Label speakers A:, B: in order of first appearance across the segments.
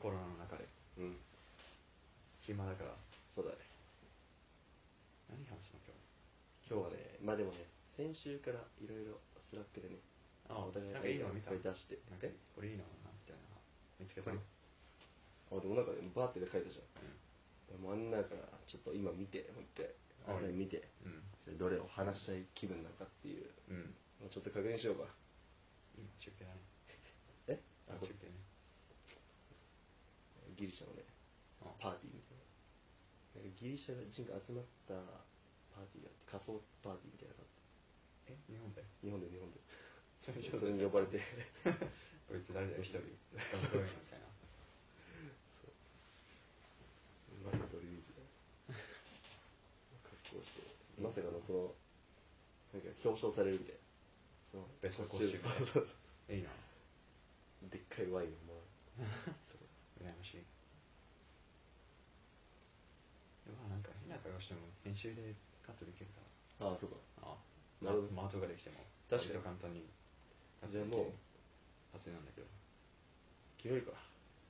A: コロナの中で
B: うん
A: 暇だから
B: そうだね
A: 何話しましょう今日今
B: まあ
A: 日はね
B: でもね先週からいろいろスラックでね
A: あ
B: お互い
A: なんかいいの見た
B: これ出して
A: なんか
B: え
A: これいいのかなみたいな見つけた
B: こ
A: の
B: れあでもなんかでもバーって書いたじゃんでもあんなからちょっと今見てもう一回
A: あ
B: あれ見て
A: うん
B: どれを話したい気分なのかっていう
A: うん、う
B: もう
A: ん、
B: ちょっと確認しようか
A: 今中継だ
B: え
A: ねあ
B: あ
A: 中
B: こ
A: 継
B: れ
A: ね
B: ギリシャのね
A: あ
B: パーティーみたいななんかギリシャ人が集まったパーティーがあって仮想パーティーみたいなのがあって
A: え日本で
B: 日本で日本で
A: そ
B: そ
A: れ
B: れに呼ばれて
A: こいつ誰だよ一人
B: そう
A: 面白いなみたいな
B: マリコリュウジだ格好して まさかのそのなんか表彰されるみたいなその
A: ベストコスチューム
B: そう
A: いいな
B: でっかいワインをもらうそう
A: 羨ましいでもなんか変な会話しても編集でカットできるから
B: ああそうか
A: あ
B: なるほど
A: マートができても
B: 確かに
A: 割と簡単に
B: じゃあもう
A: 初なんだけど
B: 決めるか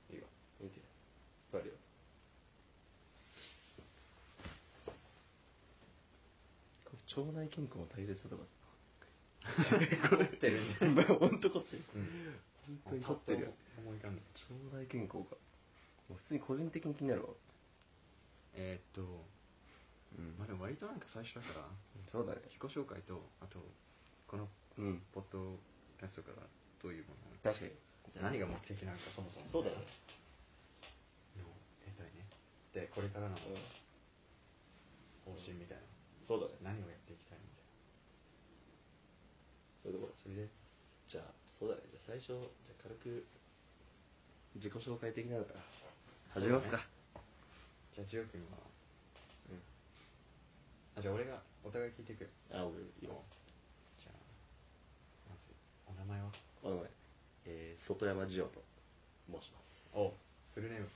A: いいわ
B: 見てバリよこれ腸内健康も大切だ とか
A: 凝ってる ね
B: 本当凝ってる
A: うん
B: 本当に凝ってるよ
A: 思い浮かんない
B: 腸内健康かもう普通に個人的に気になるわ
A: えーっと
B: うん
A: まあでも割となんか最初だから
B: そうだね
A: 自己紹介とあとこの
B: うん
A: ポッドキャストからどういうもの
B: 確かに
A: 何が目的なのかそもそも
B: そうだよね
A: のえっとねでこれからの
B: うん
A: 方針みたいな
B: そうだね
A: 何をやっていきたいみたい
B: それでも
A: なそれで
B: じゃあそうだねじゃあ最初じゃあ軽く自己紹介的なのから始めますか
A: じゃあジオ君は
B: う,、
A: あじゃあ俺がお互い聞いていく
B: んあ俺
A: じゃ
B: 今
A: あまずお名前は
B: お名前、えー、外山ジオと申します
A: おフルネーム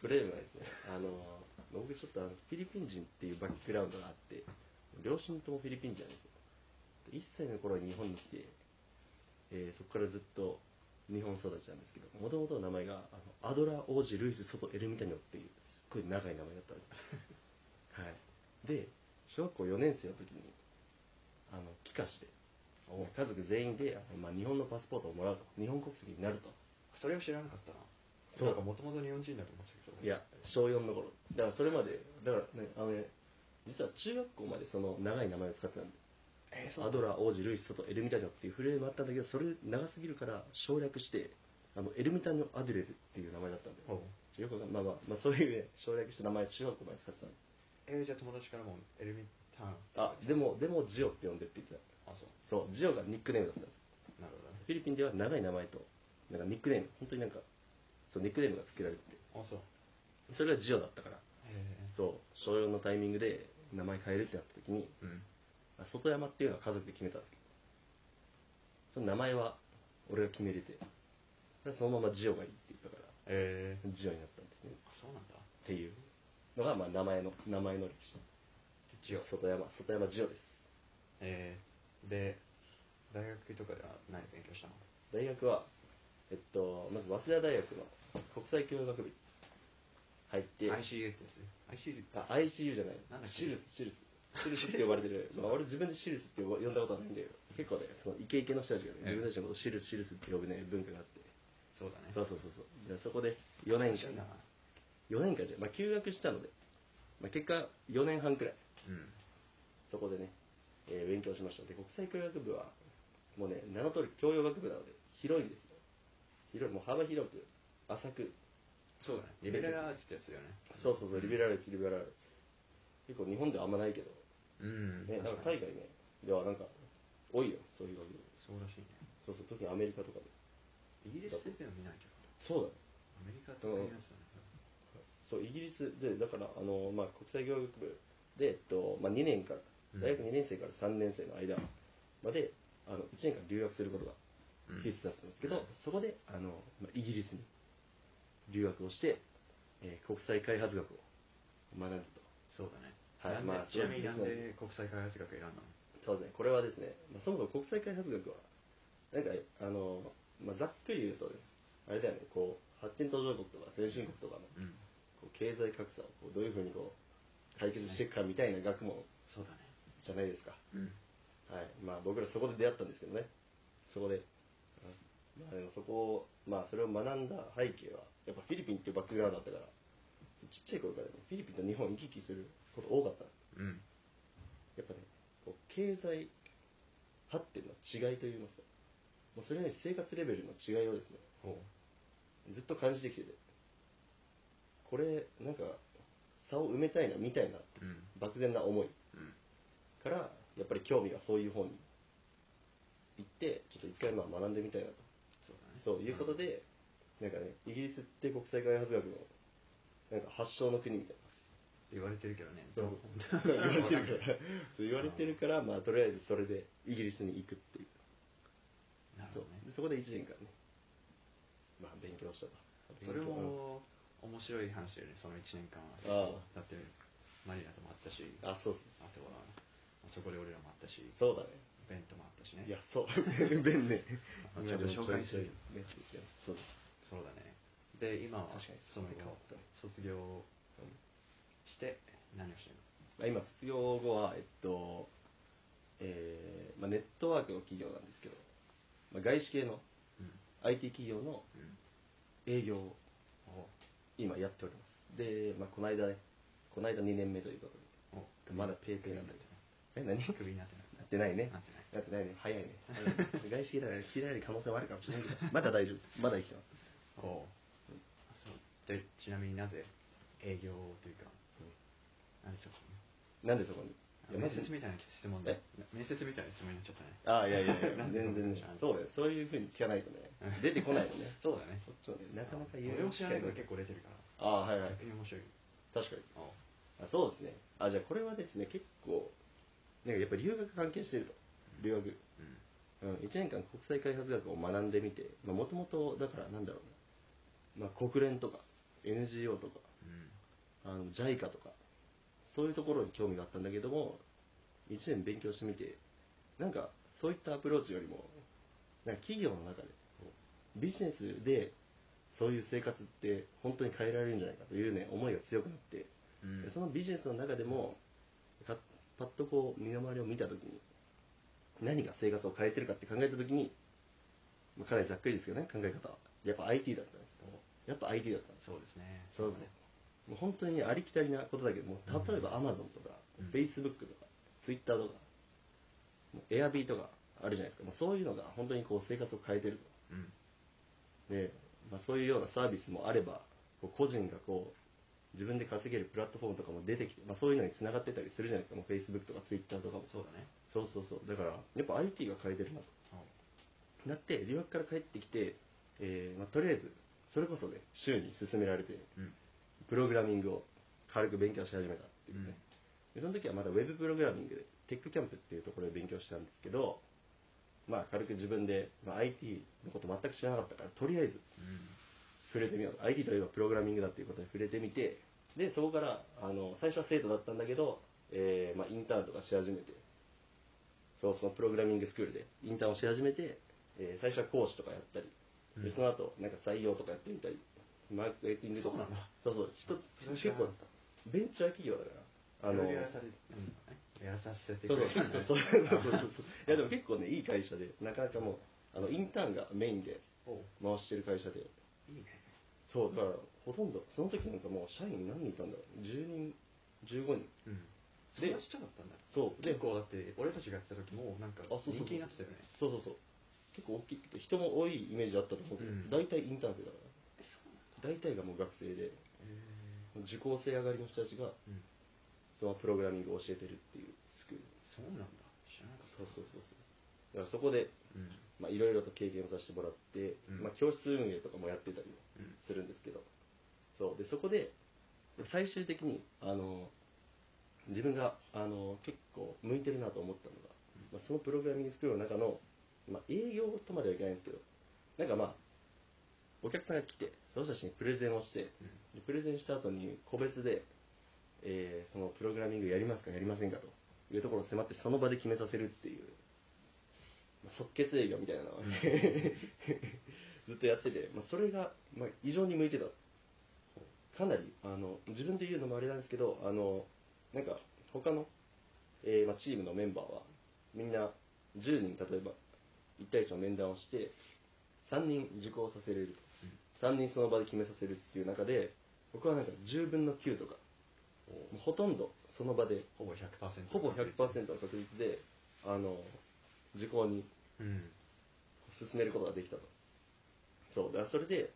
B: フレームはですねあの僕ちょっとあのフィリピン人っていうバックグラウンドがあって両親ともフィリピン人なんですよ1歳の頃に日本に来て、えーそこからずっと日本育ちなんですけどもともとの名前があのアドラ王子ルイス・ソト・エルミタニョっていうすっごい長い名前だったんですよはいで小学校4年生の時にあの帰化して家族全員であの、まあ、日本のパスポートをもらうと日本国籍になると
A: それを知らなかったな
B: そう
A: なんかもともと日本人だと思ってたけ
B: い
A: ど
B: や、小4の頃。だからそれまで、だからね、あのね、実は中学校までその長い名前を使ってたんで、
A: えーそう
B: アドラー、王子、ルイス、ソト、エルミタニョっていうフレームあったんだけど、それ長すぎるから省略して、あのエルミタニョ・アデュレルっていう名前だったんだよ。
A: お
B: よくわかんまあまあ、まあ、そういう、ね、省略した名前、中学校まで使ってたんで。
A: えーじゃあ友達からもエルミター
B: あ、
A: ン
B: でも、でもジオって呼んでるって言ってた。
A: あそ
B: そ
A: う
B: う、ジオがニックネームだったんです。
A: なるほ どね
B: フィリピンでは長い名前と、なんかニックネーム、本当になんか、そう、ニックネームが付けられてて、
A: あそう
B: それがジオだったから、
A: え
B: そう、小4のタイミングで名前変えるってなった時に、
A: えうん
B: 外山っていうのは家族で決めたんですけどその名前は俺が決めれてそのままジオがいいって言ったから
A: ええ
B: ジオになったんですね
A: あそうなんだ
B: っていうのがまあ名前の名前の歴史
A: ジオ
B: 外山外山ジオです
A: ええで大学とかでは何勉強したの
B: 大学はえっとまず早稲田大学の国際教養学部に入って
A: ICU ってやつ ICU
B: あ ICU じゃない
A: なんだっけ
B: シルスシルスシルスって呼ばれてる
A: そう
B: まあ、俺自分でシルスって呼ば呼んだことはないんだけど結構ねそのイケイケの人たちがね自分たちのことをシルスシルスって呼ぶね文化があって
A: そうだね
B: そうそうそうそうでそこで4年間
A: だ
B: 4年間で、まあ、休学したので、まあ、結果4年半くらい
A: うん
B: そこでね、えー勉強しましたで国際教養学部はもうね名の通り教養学部なので広いんですよ広いもう幅広く浅く
A: そうだねリベラルアーツってやつだよね
B: そうそうそうリベラルですリベラルです結構日本ではあんまないけど、
A: うん
B: ね、なん
A: 確
B: か
A: かに
B: 海外ねではなんか多いよそういう学部
A: そうらしいね
B: そうそう特にアメリカとかで
A: イギリス先生は見ないけど
B: そうだね
A: アメリカとかいうやつだね
B: そうイギリスでだからあの、まあ、国際教育部で、えっとまあ、2年から
A: うん
B: 大学2年生から3年生の間まであの1年間留学することが
A: うん
B: 必須だったんですけど、
A: うん
B: そこであの、まあ、イギリスに留学をして、えー国際開発学を学ぶと
A: そうだね
B: はい
A: なんで
B: まあ
A: ちなみになんで国際開発学選んだの
B: そうですねこれはですね、まあ、そもそも国際開発学はなんかあの、まあ、ざっくり言うとねあれだよねこう発展途上国とか先進国とかの
A: うん
B: こう経済格差をこうどういうふうにこう解決していくかみたいな学問
A: そうだね
B: じゃないですか、
A: うん
B: はいまあ、僕らそこで出会ったんですけどねそこで、まあ、でもそこを、まあ、それを学んだ背景はやっぱフィリピンっていうバックグラウンドだったからちっちゃい頃から、ね、フィリピンと日本を行き来すること多かった
A: うん
B: やっぱねこう経済発展の違いといいますかもうそれなりに生活レベルの違いをですね
A: ほ
B: ずっと感じてきててこれなんか差を埋めたいなみたいな
A: ううん
B: 漠然な思い
A: うん
B: からやっぱり興味がそういう方に行ってちょっと一回まあ学んでみたいなと
A: そうだね
B: そういうことで、なんかねイギリスって国際開発学のなんか発祥の国みたいな
A: 言われてるけどね
B: そう
A: ど
B: 言われてるからそう言われてるからまあとりあえずそれでイギリスに行くっていう
A: なる
B: そ
A: ほ
B: う
A: どね
B: でそこで1年間ねまあ勉強したと
A: それも面白い話だよねその1年間は
B: あ
A: だってマリナともあったしあ
B: あそうそう
A: とはあそこで俺らもあったし
B: そうだね
A: ベントもあったし
B: いや
A: ね
B: そう 便ね
A: あちょっと紹介してる
B: ねそうです
A: そうだねで今は
B: 確かに
A: その
B: 変わったね
A: 卒業して何をしてる
B: まあ今卒業後はえっとえーまあ、ネットワークの企業なんですけど、まあ、外資系の
A: の
B: IT 企業の
A: うんうん
B: 営業を
A: お
B: 今やっておりますで、まあ、この間ねこの間2年目ということ
A: お
B: でまだペーペーなんだけどえ何
A: クビになってない
B: なってないね
A: なってない
B: なってないね早いね外資系だから嫌いる可能性もあるかもしれないけどまだ大丈夫まだ生きてます
A: おうあそうでちなみになぜ営業というかなんでしょうかね
B: なんでそこにいや
A: 面
B: マジ
A: 接
B: で
A: みたいな質問で面接みたいな質問になっちゃったね
B: ああいやいやいや
A: なんで
B: 全 然そうだよそういうふうに聞かないとね出てこないよね
A: そうだね
B: そっちはねなかなか言え
A: 俺
B: る
A: も知らないから結
B: 構
A: 構出てるから
B: ああはいはい
A: 逆に面白い
B: 確かに
A: おう
B: あそうですねあじゃあこれはですね結構なんかやっぱり留学関係してると留学
A: うん
B: うん、1年間国際開発学を学んでみてもともとだからなんだろうな、まあ、国連とか NGO とか
A: うん
B: あの JICA とかそういうところに興味があったんだけども1年勉強してみてなんかそういったアプローチよりもなんか企業の中でこうビジネスでそういう生活って本当に変えられるんじゃないかというね思いが強くなって、
A: うん
B: そのビジネスの中でもかパッとこう身の回りを見た時に何が生活を変えてるかって考えた時に、まあ、かなりざっくりですけどね考え方はやっぱ IT だったね
A: おう
B: やっぱ IT だったんです
A: そうですね
B: そうねもう本当にありきたりなことだけどもう例えば Amazon とか、
A: うん
B: Facebook とか Twitter とかもう Airb とかあるじゃないですかもうそういうのが本当にこう生活を変えてる
A: うん
B: とで、まあ、そういうようなサービスもあればこう個人がこう自分で稼げるプラットフォームとかも出てきて、まあ、そういうのに繋がってたりするじゃないですかもう Facebook とか Twitter とかも
A: そうだね
B: そうそうそうだからやっぱ IT が変えてるなと
A: おう
B: なって留学から帰ってきて、えーまあ、とりあえずそれこそね週に勧められて
A: うん
B: プログラミングを軽く勉強し始めたっていうね、でその時はまだウェブプログラミングでテックキャンプっていうところで勉強したんですけどまあ軽く自分で、まあ、IT のこと全く知らなかったからとりあえず
A: うん
B: 触れてみよう IT といえばプログラミングだっていうことに触れてみてでそこからあの最初は生徒だったんだけど、えーまあ、インターンとかし始めてそうそのプログラミングスクールでインターンをし始めて、えー最初は講師とかやったりで
A: うん
B: その後なんか採用とかやってみたりマーケティングとか
A: そうなんだ
B: そうそう人
A: それ
B: 結
A: 知ら
B: 構
A: なかった
B: ベンチャー企業だからあの
A: いろいろやらされうんやらさせて
B: そ
A: く
B: う
A: れたんだね
B: そうそうそうそうそういやでも結構ねいい会社でなかなかもうあのインターンがメインで
A: おう
B: 回してる会社で
A: いいね
B: そうだからほとんどその時なんかもう社員何人いたんだろう10人15人
A: うんそん
B: で
A: なちっちゃかったんだ
B: そうで
A: 結構だって俺たちがやってた時もなんか
B: あそうそう
A: 人気になってたよね
B: そうそうそう結構大きくて人も多いイメージだったと思うけど、
A: うん
B: 大体インターン生だか
A: えそうなんだ
B: ら大体がもう学生で
A: え
B: 受講生上がりの人たちが
A: うん
B: そのプログラミングを教えてるっていうスクール
A: そうなんだ知らなかった
B: そうそうそうそうだからそこで
A: うん
B: まあいろいろと経験をさせてもらって、
A: うん
B: まあ、教室運営とかもやってたりも
A: うん
B: するんですけどそうでそこで最終的にあの自分があの結構向いてるなと思ったのが、まあ、そのプログラミングスクールの中の、まあ、営業とまではいけないんですけどなんかまあお客さんが来てその人たちにプレゼンをして
A: うん
B: でプレゼンした後に個別で、えーそのプログラミングやりますかやりませんかというところを迫ってその場で決めさせるっていう、まあ即決営業みたいなのをね、 ずっとやってて、まあ、それが、まあ、異常に向いてたかなりあの自分で言うのもあれなんですけどあのなんか他の、えーまあ、チームのメンバーはみんな10人例えば1対1の面談をして3人受講させれる3人その場で決めさせるっていう中で僕はなんか10分の9とかもうほとんどその場で
A: ほぼ100%
B: ほぼ100%の確率であの受講に
A: うん
B: 進めることができたとそうだからそれで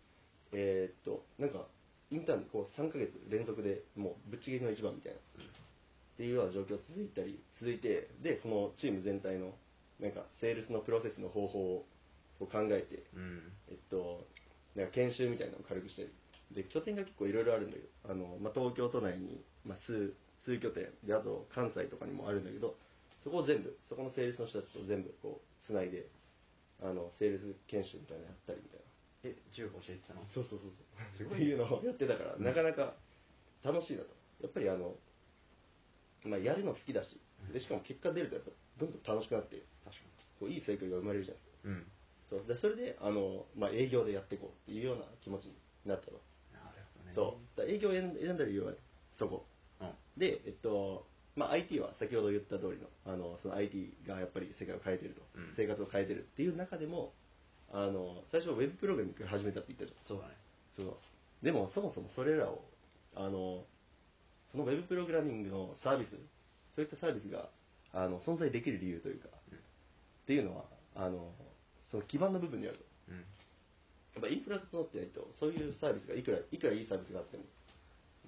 B: えーっとなんかインターンでこう3ヶ月連続でもうぶっちぎりの一番みたいなっていうような状況続いたり続いてでこのチーム全体のなんかセールスのプロセスの方法をこう考えて
A: うん
B: えっと、なんか研修みたいなのを軽くしたり、で拠点が結構いろいろあるんだけど、あのまあ、東京都内に、まあ、数数拠点で、あと関西とかにもあるんだけど、そこを全部、そこのセールスの人たちと全部こうつないで、あのセールス研修みたいなのやったりみたいな、
A: え10教えてたの
B: そうそうそうそう、す
A: す
B: ご
A: ご
B: い
A: い
B: いうのをや ってたから、なかなか楽しいなと、やっぱりあの、まあ、やるの好きだし、でしかも結果出ると、やっぱどんどん楽しくなって、
A: 確か
B: こういいサイクルが生まれるじゃないですか。
A: にうん
B: そうでそれであの、まあ、営業でやっていこうっていうような気持ちになったの、
A: なるほどね
B: そうだから営業を選ん選んだ理由はそこ
A: うん
B: で、えっとまあ、IT は先ほど言った通りのあのその IT がやっぱり世界を変えてると、
A: うん
B: 生活を変えてるっていう中でもあの最初ウェブプログラミング始めたって言ったじゃん
A: そうだね
B: そうでもそもそもそれらをあのそのウェブプログラミングのサービスそういったサービスがあの存在できる理由というか、
A: うん
B: っていうのはあのその基盤の部分にあると
A: うん
B: やっぱインフラが整ってないと、そういうサービスがいくら、いくらいいサービスがあっても、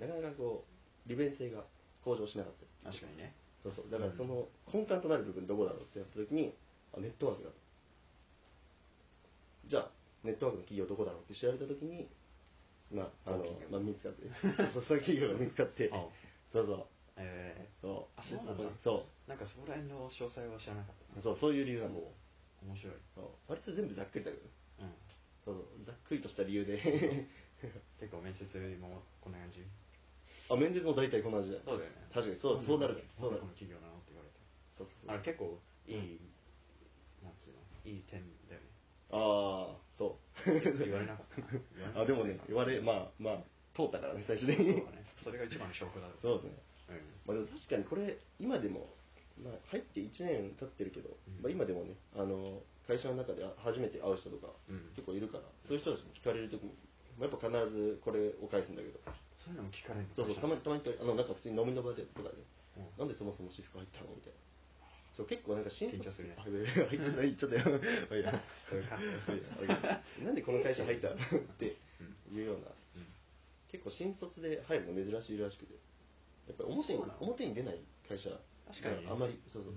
B: なかなかこう、利便性が向上しなかったり。
A: 確かにね
B: そうそう。だからその根幹となる部分どこだろうってやった時に、あ、ネットワークだと。じゃあ、ネットワークの企業どこだろうって調べた時に、まあ、あの
A: 大企
B: ま
A: 業、
B: あ、見つかって、 そうそういう企業が見つかって、
A: あ
B: そうそう。
A: え
B: そう。
A: あそうなん
B: で
A: だ
B: こにそ
A: ー、なんかそこら辺の詳細は知らなかった
B: う。
A: な
B: そう、そういう理由なんだ。
A: 面白い
B: そう割と全部ざっくりだけど、
A: うん
B: そうそうざっくりとした理由で、
A: 結構面接よりもこんな感じ
B: あ、面接も大体こんな感じだよ。
A: そうだよね
B: 確かにそうそうなるね
A: そ
B: そうう
A: だ
B: なる
A: この企業なのって言われて
B: そうそ
A: あ
B: う
A: れ結構いいなんつうのいい点だよ ね
B: ああそう
A: 言われなかったな言われなかった
B: あでもね言われまあまあ通ったからね最終的
A: そう
B: に
A: だねそれが一番の証拠だろ
B: そうですね、
A: う
B: ま
A: ん
B: あ、でも確かにこれ今でも、まあ、入って1年経ってるけど、
A: うん
B: まあ、今でもねあの会社の中で初めて会う人とか
A: うん
B: 結構いるから、そういう人たちに聞かれる時も、まあ、やっぱ必ずこれを返すんだけど
A: そういうのも聞かれるの
B: そうそうたまにたまにあのなんか普通に飲みの場でとかで、
A: うん
B: なんでそもそもシスコ入ったのみたいなそう結構なんか新卒
A: 緊張するね
B: あいやいや入っちゃった入っちゃったよまあい いや
A: そういう感じ
B: いやいやなんでこの会社入ったのっていうような
A: うん
B: 結構新卒で入るの珍しいらしくてやっぱり表に
A: そうなの
B: 表に出ない会社
A: 確かにね
B: あんまりそう
A: うん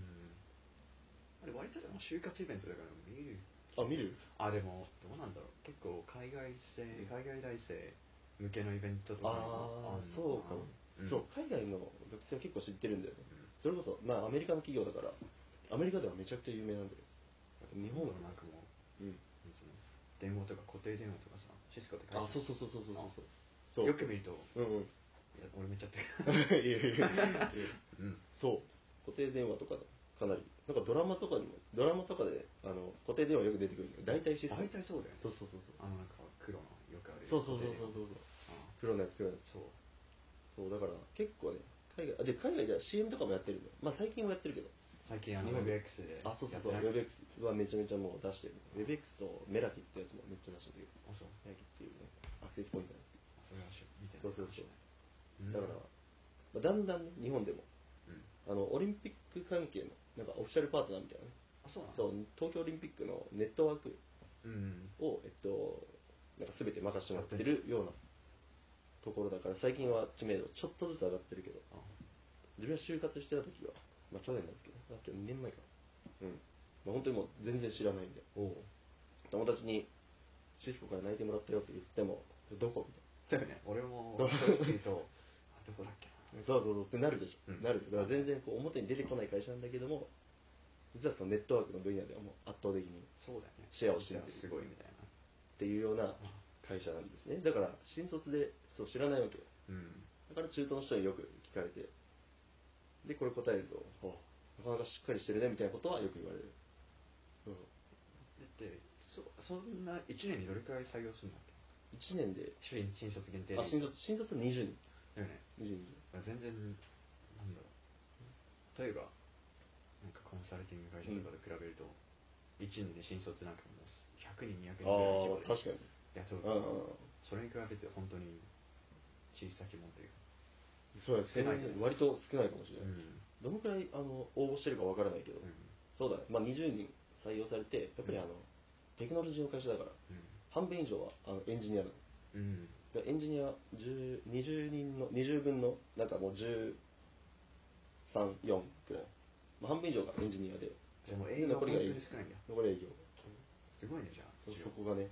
A: あれ割とでも就活イベントだから見る
B: そうあ見る
A: あでもどうなんだろう結構海外生海外大生向けのイベントとか
B: ああ
A: もんのな
B: そうかも、
A: ん
B: そう海外の学生は結構知ってるんだよね、それこそまあアメリカの企業だからアメリカではめちゃくちゃ有名なんだよ
A: 日
B: 日
A: 本
B: 本
A: の
B: は
A: なんかもう
B: うん
A: なんつうの電話とか固定電話とかさシスコって書
B: あ
A: いてある
B: そうそうそうそうそうそう
A: よく見ると
B: うんうん
A: いや俺めっちゃやって
B: いやいやいや
A: るうん
B: そう固定電話とかかなりなんかドラマとかにもドラマとかであの固定電話よく出てくるんだよ大体システム
A: 大体そうだよ
B: そ
A: ね
B: うそうそう
A: あのなんか黒のよくある
B: そうそうそうそうそうそう
A: あ
B: 黒のやつ黒のや
A: そう
B: つそうだから結構ね海外あで海外では CM とかもやってるんだよまあ最近はやってるけど
A: 最近あの
B: 日本
A: WebX で
B: あそうそうそう
A: やってない
B: WebX はめちゃめちゃもう出してる WebX とメラキってやつもめっちゃ出してるけど
A: あそう
B: メラキっていうねアクセスポイントなんです
A: あそれは知ら見てない
B: そうそうそう
A: うん
B: だから、まあ、だんだんね日本でも
A: うん
B: あのオリンピック関係のなんかオフィシャルパートナーみたいなね
A: あそうなの
B: そう東京オリンピックのネットワーク
A: うん
B: を、えっと、なんか全て任せてもらってるようなところだから最近は知名度ちょっとずつ上がってるけど
A: あ
B: 自分が就活してた時は、まあ、去年なんですけどあ去年2年前かうん、まあ、本当にもう全然知らないんで
A: おう
B: 友達にシスコから泣いてもらったよって言ってもどこみたい
A: だよね俺も正直言う とあどこだっけな
B: なそうそうそうってなるでしょ、
A: うん
B: なるだから全然こう表に出てこない会社なんだけども実はそのネットワークの分野ではもう圧倒的に
A: そうだよね
B: シェアをしてる
A: 実はすごいみたいな
B: っていうような会社なんですねだから新卒でそう知らないわけよ
A: うん
B: だから中東の人によく聞かれてでこれ答えるとあなかなかしっかりしてるねみたいなことはよく言われる、うん
A: だってそそんな1年にどれくらい採用するんだっけ
B: 1年で
A: 一人新卒限定で
B: あ新卒新卒20人
A: だよね
B: 20人
A: まあ全然なんだろう例えばなんかコンサルティング会社とかと比べると、1人で新卒なんかもう100人200人ぐらいの規模
B: ああ
A: で
B: 確かに
A: 雇う
B: うんうん
A: それに比べて本当に小さきもんというか、
B: そうです
A: 少ない
B: ね割と少ないかもしれない、
A: ん
B: どのくらいあの応募してるかわからないけど、
A: うん
B: そうだね、まあ、20人採用されてやっぱりあの、テクノロジーの会社だから半分以上はあのエンジニアなの
A: うんうん
B: だからエンジニア10 20人の20分のなんかもう134くらい、まあ、半分以上がエンジニアで
A: じゃあもう
B: で
A: 営業は
B: 残
A: 本
B: り
A: 当
B: が営業
A: に少ないんだ
B: 残り営業
A: すごいねじゃあ
B: そうそこがね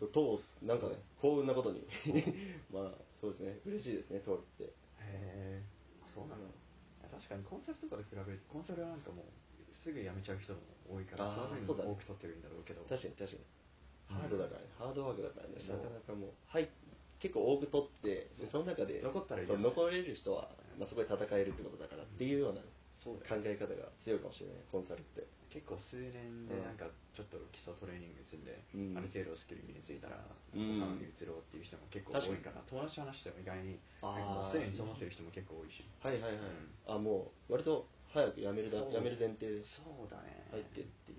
B: そう当なんか ね幸運なことに まあそうですね嬉しいですね通って
A: へえそうなの、いや確かにコンサルとかで比べるとコンサルはなんかもうすぐ辞めちゃう人も多いから
B: あー
A: その分
B: そうだね
A: 多く取ってるんだろうけど
B: 確かに確かにハードだからね、ハードワークだからね
A: そう
B: なかなかもうはい結構多く取ってでその中で
A: 残ったらいいよ
B: そう残れる人は、まあ、そこで戦えるってことだからっていうような
A: そうだ
B: 考
A: よ
B: え方が強いかもしれないコンサルって
A: 結構数年でなんかちょっと基礎トレーニング積んで、
B: うん
A: ある程度スキル身についたら
B: う
A: 他
B: ん
A: のに移ろうっていう人も結構多いから友達と話しても意外に
B: あー
A: なんかもうすでにそう思ってる人も結構多いし
B: はいはいはい、あもう割と早く辞めるだ
A: そう
B: 辞める前提で
A: そうだね
B: 入ってっていう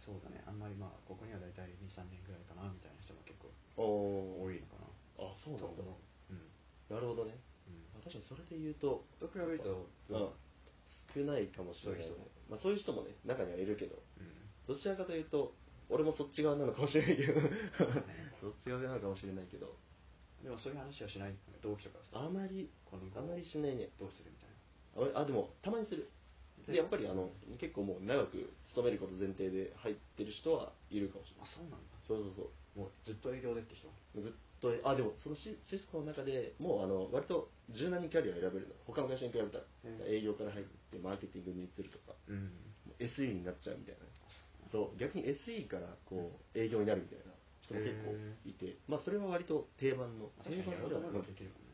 A: そうだねあんまりまあここには大体23年ぐらいかなみたいな人も結構
B: おお
A: 多いのかな
B: あそうなんだ
A: と思ううん
B: なるほどね
A: うん
B: あ確かにそれで言うと
A: と比べると
B: うん少ないかもしれないね
A: そういう人も
B: まあ、そういう人もね中にはいるけど
A: うん
B: どちらかというと俺もそっち側なのかもしれないけ どそっち側なのかもしれないけど
A: でもそういう話はしない同期とかはさ
B: あまり
A: この
B: あ
A: 子
B: まりしないね
A: どうするみたいな
B: あまりあでもたまにするでやっぱりあの結構もう長く勤めること前提で入ってる人はいるかもしれない
A: あそうなんだ
B: そうそうそう
A: もうずっと営業でって人
B: ずっとあでもそのシシスコの中でもうあの割と柔軟にキャリアを選べるの他の会社に比べたら、
A: うん
B: 営業から入ってマーケティングに移るとか
A: うん
B: もう SE になっちゃうみたいなそう逆に SE からこう営業になるみたいな人も結構いて、まあそれは割と定番の
A: 確か
B: 定
A: にや
B: 番
A: ろう
B: で
A: と
B: は
A: 思え
B: ない
A: ばできるもんね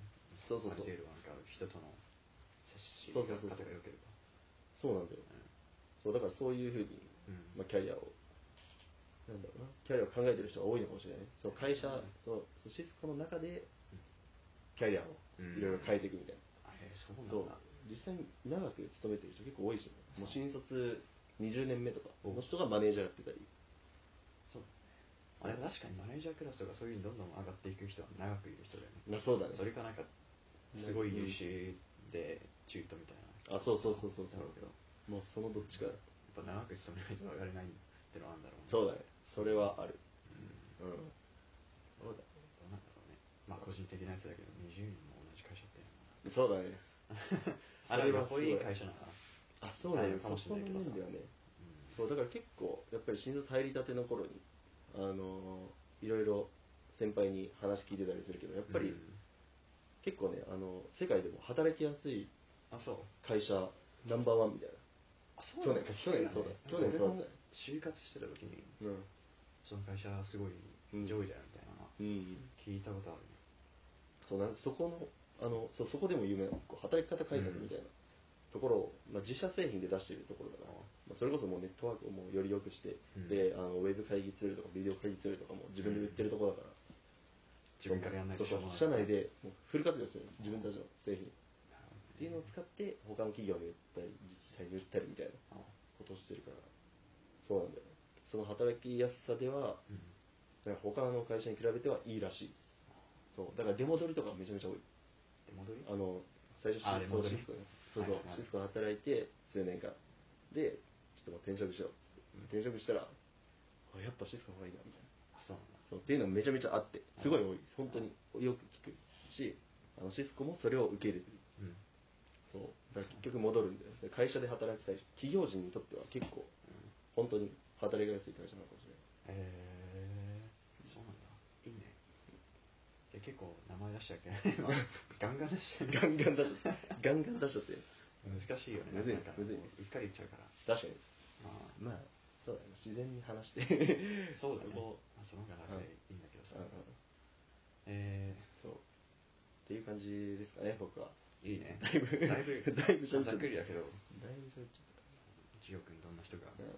B: そうそうそう
A: ある程度なんか人との接し
B: そうそうそう
A: 方が良ければ
B: そうなんだよそうだからそういうふうに、
A: うん
B: まあ、キャリアをなんだろうなキャリアを考えてる人が多いのかもしれないねそう会社、
A: うん
B: そうそうシスコの中で
A: うん
B: キャリアをいろいろ変えていくみたいな、
A: あれそうなん
B: そう
A: だ
B: 実際に長く勤めてる人結構多いし、ね、
A: そう
B: もう新卒20年目とか
A: お
B: の人がマネージャーやってたり
A: そうあれは確かにマネージャークラスとかそういうふうにどんどん上がっていく人は長くいる人だよね
B: まあそうだね
A: それかなんかすごい優秀で中途みたいな
B: あそうそうそうそう
A: だろうけどや
B: もうそのどっちか
A: っぱ長く勤めないと上がれないってのはあるんだろうね
B: そうだねそれはある
A: うん
B: うんそうだ
A: どうなんだろうねまあ個人的なやつだけど20人も同じ会社っていうのは
B: そうだね
A: あ
B: そ
A: れ
B: れは
A: はこういい
B: すごい
A: 会社なのかな
B: あそうだね
A: あかもしれないけどさ
B: そこの面ではね
A: うん
B: そうだから結構やっぱり新卒入りたての頃にあのーいろいろ先輩に話聞いてたりするけどやっぱり
A: うん
B: 結構ねあの世界でも働きやすい
A: あそう
B: 会社ナンバーワンみたいな
A: あそ
B: 去年か去年そうだ去年そうだ
A: 就活してた時に
B: うん
A: その会社すごい上位だよみたいなのは
B: うん
A: 聞いたことあるね
B: そうなんかそこのあのそうそこでも有名なこう働き方改革みたいなところを、まあ、自社製品で出しているところだから、まあ、それこそもうネットワークをもうより良くして、
A: うん
B: であのウェブ会議ツールとかビデオ会議ツールとかも自分で売ってるところだから、
A: 自分からやんないと
B: そうそう社内でもうフル活用してるんです自分たちの製品っていう
A: なるほどね
B: のを使って他の企業に売ったり自治体に売ったりみたいな
A: あ
B: ことをしてるからそうなんだよねその働きやすさでは
A: うん
B: だから他の会社に比べてはいいらしいそうだから出戻りとかめちゃめちゃ多い
A: で戻り
B: あの最初シ
A: あレ
B: スコ
A: モン
B: シス
A: ドね
B: コねそうそう、
A: はいはい
B: シスコで働いて数年間でちょっともう転職しようって転職したらあやっぱシスコの方がいいなみたいな
A: あそうなんだ
B: そうっていうのがめちゃめちゃあってすごい多い本当によく聞くしあのシスコもそれを受け入れてる
A: うん
B: そうだから結局戻るんだよで会社で働きたい企業人にとっては結構
A: うん
B: 本当に働きやすい会社なのかもしれない
A: へえそうなんだいいねで結構名前出しちゃいけない今 ガンガン出しちゃいけ
B: ガ
A: ない
B: ンガン出しちゃってガンガン出しちゃって
A: 難しいよね
B: むずい
A: なんか
B: む
A: も
B: ずいう
A: 一回で言っちゃうから
B: 確かに
A: ま
B: ま
A: あ
B: あそうだね自然に話して
A: そうだ ね
B: こ
A: まあその方が楽でいいんだけど
B: う
A: さ
B: うんうん
A: え
B: そうっていう感じですかね僕は
A: ーいいね
B: だいぶ
A: だいぶ
B: だいぶ
A: ざっくりだけど
B: だいぶちょっ
A: ジオ君どんな人が
B: と、うん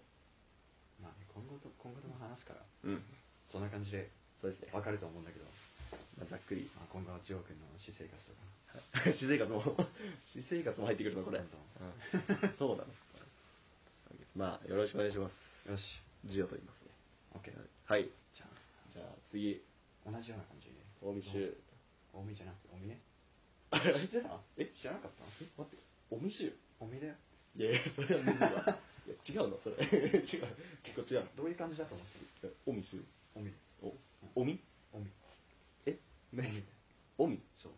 A: まあねこ今後と今後とも話すから
B: うん
A: そんな感じで
B: そうですね、
A: 分かると思うんだけど、
B: まあ、ざっくり
A: まあ、今後はジオ君の私生活と か
B: 私生活も私生活も入ってくるのこれ、
A: どんどん
B: うんそうだねまあよろしくお願いします
A: よし
B: ジオと言いますね
A: OK
B: はい
A: じゃあ
B: じゃあ次
A: 同じような感じで
B: 大見衆
A: 大見じゃなくて おみね
B: あ
A: 知ってた
B: え
A: 知らなかった
B: え待っておみしゅ
A: おみだよ
B: いやいやそれは無理だわいや違うのそれ 違う結構違うの
A: どういう感じだと思って
B: おみしゅ
A: おみ
B: おおみ
A: おみ
B: え
A: おみ
B: 何おみ
A: そう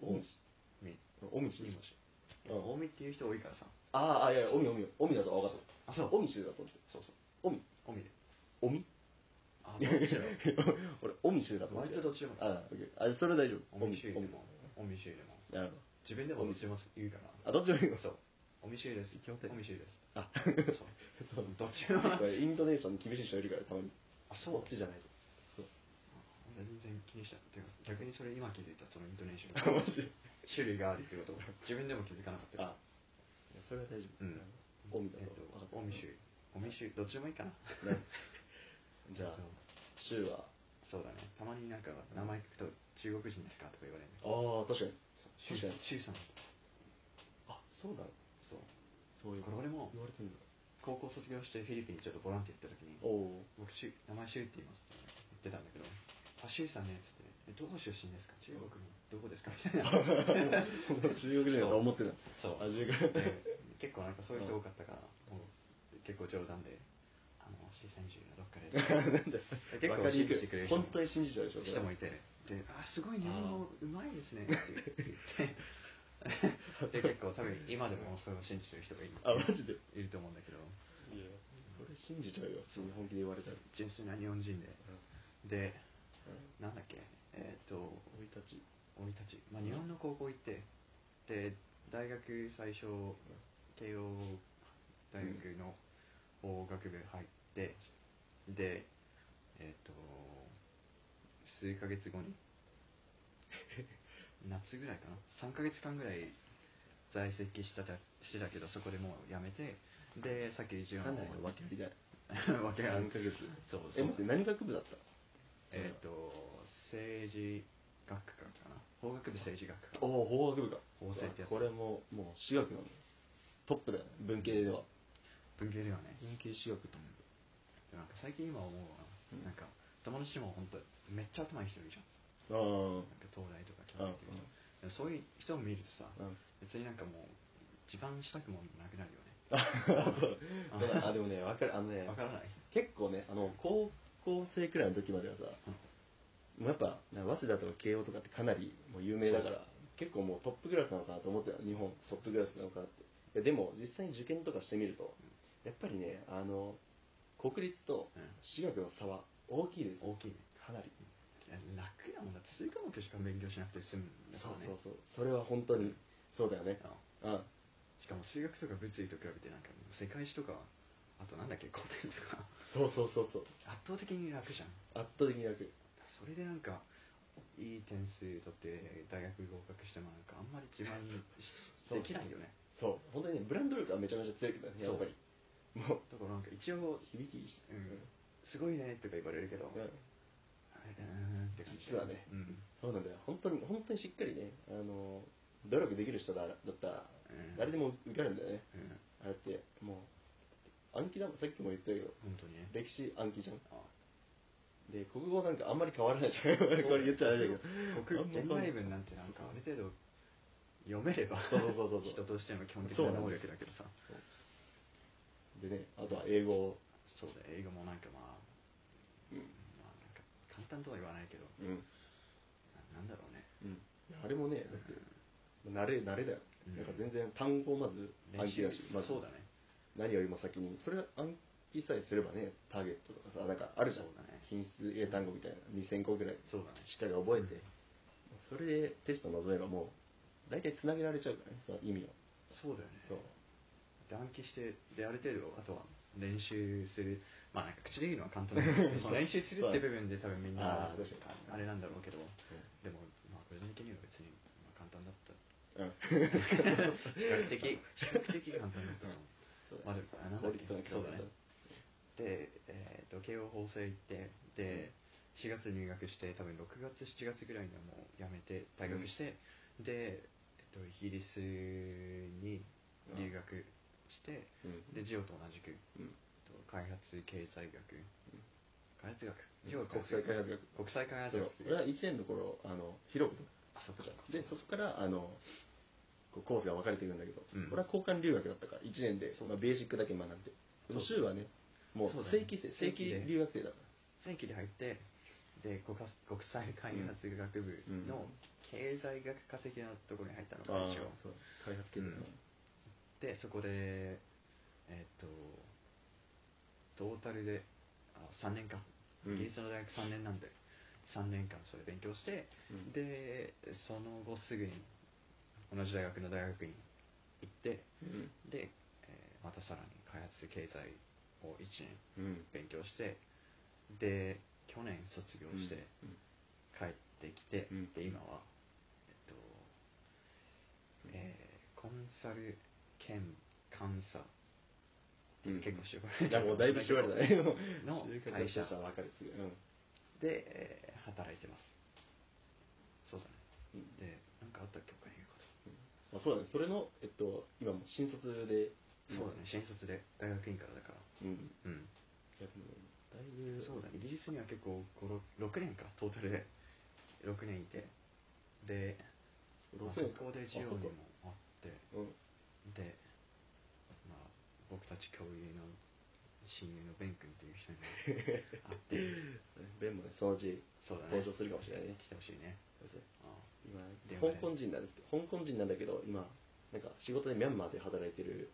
B: おみし
A: み
B: おみし
A: 二文字
B: うん
A: おみっていう人多いからさ
B: ああいやいやおみおみおみだと分かった
A: あそう
B: おみしゅだと思って
A: そうそう
B: おみ
A: おみで
B: おみ
A: あどっちだろう
B: 俺、オミシュだと思
A: 割とどっちでもいい
B: あ、オッケーあ、それは大丈夫。
A: おみしゅうで
B: オミ
A: もおみしゅうでも
B: なるほ
A: 自分でもどっちでも言うか
B: ど。あ、
A: ら
B: どっちもいいの
A: そう。おみしゅうです。おみしゅうです。
B: あ、
A: そう。どっちも。
B: こ れイントネーション厳しい人いるから、たまに。
A: あ
B: こっちじゃないと。
A: 俺全然気にした。てか逆にそれ今気づいた、そのイントネーショ
B: あ、
A: ン。
B: マ ジ
A: 種類があるってこと。自分でも気づかなかった。
B: あ、それは大丈夫。
A: うん
B: オミだ
A: えっ
B: と。
A: と、おみしゅう。おみしゅう、どっちでもいいかな。
B: ねじゃあ
A: えっと、
B: シュは。
A: そうだね。たまになんか名前聞くと中国人ですかとか言われるね。
B: ああ、確かに。
A: シュウさん。シュウさん。
B: あ、そうなの
A: そう。
B: そういう
A: これ俺も
B: 言われてんだ。
A: 高校卒業してフィリピンにちょっとボランティア行った時に、
B: おお
A: 僕シュウ名前シュウって言いますって言ってたんだけど「あシュウさんね」っつってね「えどこ出身ですか中国のどこですか?」みたいな
B: 中国人だと思ってた。
A: そう
B: あ、 中国
A: で結構なんかそういう人多かったから、もう結構冗談で「あの四川中のどっ かで」
B: なんだよ
A: 結
B: わ
A: 構
B: かり
A: 信
B: にく
A: じてくれ
B: い。
A: る人
B: 本
A: も
B: 当に信じちゃうでしょ、それ
A: 人もいてで「あすごい日本語うまいですね」って言って で結構多分今でもそれを信じてる人がいる
B: あ、マジで。
A: いると思うんだけど
B: いや、それ信じちゃうよ、その本気で言われたら。
A: 純粋な日本人ででなんだっけえーっと
B: 生い立ち。
A: 俺たち、まあ、日本の高校行ってで大学最初慶応大学の法学部入ってでえっ、と数ヶ月後に 夏ぐらいかな3ヶ月間ぐらい在籍してたしてたけどそこでもう辞めてでさっき一応
B: かなりの訳あ りだよ。
A: わけ
B: 何ヶ月。
A: そうそ
B: え、
A: う
B: 待って、何学部だった
A: えっ、と政治学科かな法学部政治学科
B: おお、法学部か。
A: 法政ってやつ
B: これも、もう、私学なの。トップだよね、文系では。
A: 文系ではね
B: 文系私学と思
A: でもなんか最近今思うわ
B: うん
A: なんか友達も本当めっちゃ頭いい人いるじゃん
B: う。
A: なんか東大とか京大とかでもそういう人を見るとさ
B: ああ、うん。
A: 別になんかもう自慢したくもなくなるよね
B: あ、そう。だからあ、でもね、わかる、あのね
A: わ、からない
B: 結構ね、あの、高校生くらいの時まではさ、もうやっぱ、なんか早稲田とか慶応とかってかなりもう有名だから、結構もうトップクラスなのかなと思ってた、日本、トップクラスなのかなって。いやでも、実際に受験とかしてみると、やっぱりね、あの、国立と
A: うん
B: 私学の差は大きいです、
A: 大きいね
B: かなり。
A: いや楽だもんだって数科目しか勉強しなくて済むんだ
B: そ
A: か
B: う
A: らね
B: そうそう、それは本当に、そうだよね。
A: あの
B: あ
A: しかも数学とか物理と比べてなんかもう世界史とかあとなんだっけ古典とか
B: そうそうそうそう、
A: 圧倒的に楽じゃん
B: 圧倒的に楽。
A: それでなんかいい点数取って大学合格してもなんかあんまり自慢し
B: そう
A: できないよね
B: そう、本当にね、ブランド力はめちゃめちゃ強いけどね、やっぱり。もう、
A: だからなんか一応
B: 響きいいし。
A: うんすごいねとか言われるけど、う、
B: うんん
A: ーんって感じ
B: 実はね
A: うん、
B: そうなんだよ本当に本当にしっかりねあの努力できる人だだったら
A: うん
B: 誰でも受かるんだよね、
A: うん、
B: あれってもう暗記だもんさっきも言ったけど
A: 本当にね
B: 歴史暗記じゃん
A: あ
B: で国語なんかあんまり変わらないじゃんこれ言っちゃあれだけど
A: 僕現代文なんてなんかある程度読めれば
B: そうそうそうそう
A: 人としての基本的な能力だけどさ
B: でねあとは英語
A: そうだ英語もなんかまあ、
B: うん
A: まあ、なんか簡単とは言わないけど
B: うん、
A: ななんだろうね
B: うん、あれもねだって慣れ慣れだよ、
A: うん
B: なんか全然単語をまず暗
A: 練
B: 記
A: 習
B: だし、まず
A: そうだね
B: 何よりも先にそれ暗記さえすればねターゲットとかさなんかあるじゃん、
A: そうだね
B: 品質英単語みたいな2000個ぐらい
A: そうだね
B: しっかり覚えて、それでテスト臨めばもう大体つなげられちゃうからねその意味を
A: そうだよね
B: そう
A: で暗記してである程度あとは練習するまあなんか口で言うのは簡単だ けどその練習するって部分で多分みんな
B: あー確かに
A: あれなんだろうけどでもまあ個人的には別にまあ簡単だった
B: うん
A: 比較的比較的簡単だったと思う
B: そうだね
A: まあでもあなんだ
B: 効
A: っけ
B: 率化だけ
A: そうだねで、えー、と慶応法政行ってで4月入学して多分6月7月ぐらいにはもう辞めて退学して、で、えっとイギリスに留学して、
B: うん
A: でジオと同じく、えっ
B: うん
A: と開発経済学開発学
B: うん
A: ジオは
B: 国際開発学
A: 国際開
B: そ
A: 発
B: う
A: 学
B: 俺は1年の頃あの広く
A: あそっか
B: でそこからあのこうコースが分かれていくんだけど、
A: うん
B: 俺は交換留学だったから1年で
A: そう、
B: まあ、ベーシックだけ学んででも
A: そう
B: 州はねもう
A: そうだね
B: 正規生
A: 正
B: 正
A: 規
B: 規
A: で
B: 留学生だか
A: 正規で入ってで国家国際開発学部
B: うんう
A: の
B: ん
A: 経済学科的なところに入ったの
B: ら
A: が一
B: 一
A: 応
B: 応そう開発系だから、
A: うんでそこでえっとトータルであ3年間
B: うん
A: イギリスの大学3年なんで、3年間それ勉強して、
B: うん
A: でその後すぐに同じ大学の大学院行って
B: うん
A: で、えーまたさらに開発経済を1年
B: うん
A: 勉強してで去年卒業して、
B: うん
A: 帰ってきて、
B: うん
A: で今は、えっとえーコンサル兼監査っていう
B: うん
A: 結構絞ら
B: う
A: れ
B: ん、いやもうだいぶ縛られたね
A: の会
B: 就
A: 社
B: 活者は分かるすぐうん
A: で、えー働いてますそうだね
B: うん
A: でなんかあったっけ他に言うこと
B: まあ、そうだねそれの、えっと、今もう新卒で、
A: そうだね新卒で大学院からだから
B: うん、い
A: うん
B: やでもだいぶ
A: そうだねイギリスには結構5 6年かトータルで6年いてで、まあ、そ
B: 六年か
A: こで授業にもあって
B: うん
A: で、まあ、僕たち共有の親友のベン君っていう人にも 会って
B: ベンもねそのうち
A: そうだね
B: 登場するかもしれないね
A: 来てほしいねあ
B: 今
A: でも
B: 香
A: ね
B: 港人なんですけど香港人なんだけど今なんか仕事でミャンマーで働いてる、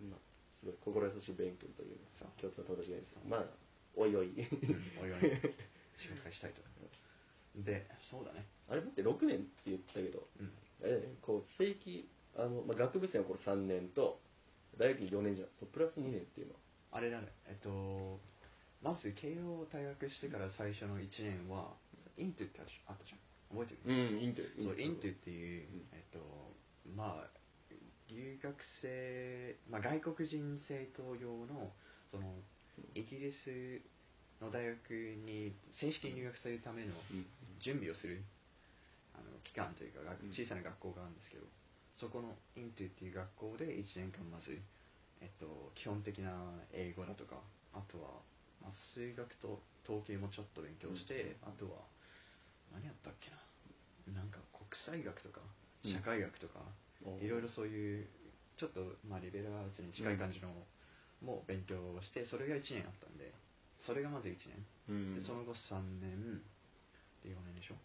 B: まあ、すごい心優しいベン君という,、ね
A: そう、
B: 共通の友達がいるんです
A: そう
B: まあおいおい
A: うんおいおい紹介したいとでそうだね
B: あれ待って6年って言ったけど
A: うん
B: あれだよねこう正規あの、まあ、学部生の頃3年と大学院4年じゃんそうプラス2年っていうの
A: あれだねえっとまず慶応を退学してから最初の1年はインテュってあったじゃん覚えてる、
B: うんインテ
A: そうインテュっていう、
B: うん
A: えっとまあ留学生、まあ、外国人生徒用のそのイギリスの大学に正式に入学するための
B: うん
A: 準備をするあの期間というか学
B: うん
A: 小さな学校があるんですけど、そこのインテっていう学校で1年間まず、えっと、基本的な英語だとかあとは、まあ数学と統計もちょっと勉強して、あとは何やったっけななんか国際学とか
B: うん
A: 社会学とか、いろいろそういうちょっと、まあ、リベラルアーツに近い感じのも勉強をしてそれが1年あったんでそれがまず1
B: うん
A: 年、でその後3年で4年でしょ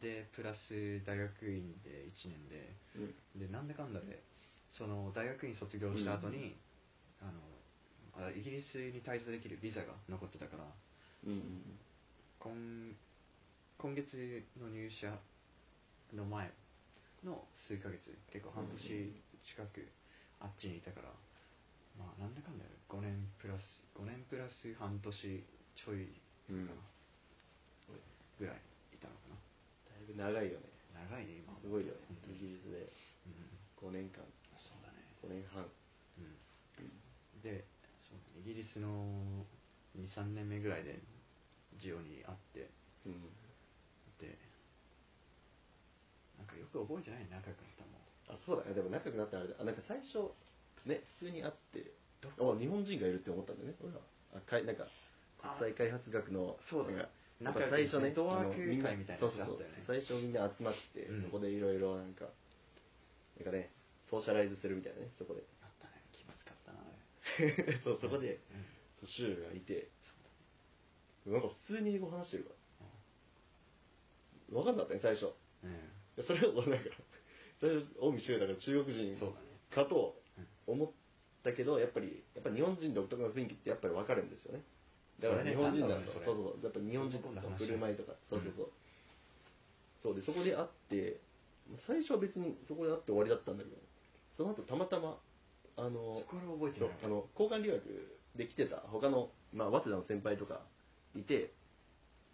A: でプラス大学院で1年
B: うん
A: ででなんだかんだでその大学院卒業した後に、あのあイギリスに滞在できるビザが残ってたから
B: うん
A: 今今月の入社の前の数ヶ月結構半年近くあっちにいたから、まあなんだかんだ5年プラス5年プラス半年ちょい
B: うんうん
A: かなぐらいいたのか
B: だいぶ長いよね
A: な長いね今
B: すごいよね
A: 本当
B: イ
A: に
B: ギリスで
A: う
B: 5
A: ん、
B: 年間
A: そうだね
B: 5年半
A: うんでそうイギリスの23年目ぐらいでジオに会って
B: うん
A: でなんかよく覚えてないね仲良くなったのも
B: あそうだねでも仲良くなったらあれだあなんか最初ね普通に会ってあ日本人がいるって思ったんだよね俺はあかいなんか
A: あ
B: 国際開発学の
A: そうだね
B: なんかやっぱ最初ね
A: ネットワーク
B: あのみん
A: 会みたいなやつあったよね
B: そうそうそう最初みんな集まって、
A: う
B: そ
A: ん
B: こでいろいろなんかなんかねソーシャライズするみたいなねそこ で
A: あったね気まずかったなあれ
B: そうそこで、
A: うん
B: そうシュウがいて
A: そうだね
B: なんか普通に英語話してるから分かんなかったね最初
A: う
B: それをなんか最初近江秀だから中国人
A: んそうだね
B: かと思ったけどやっぱりやっぱ日本人独特の雰囲気ってやっぱり分かるんですよねだから
A: それね
B: 日本人だ
A: なんだろう
B: と
A: ねそれ
B: そうそうそうやっぱ日本人
A: そんなこ
B: の
A: と話
B: 振る舞いとかそうそうそう、そうでそこで会って最初は別にそこで会って終わりだったんだけどその後たまたまあ
A: そ
B: の
A: こから覚えて
B: そ
A: な
B: うあ
A: い
B: の交換留学で来てた他の、まあ、早稲田の先輩とかいて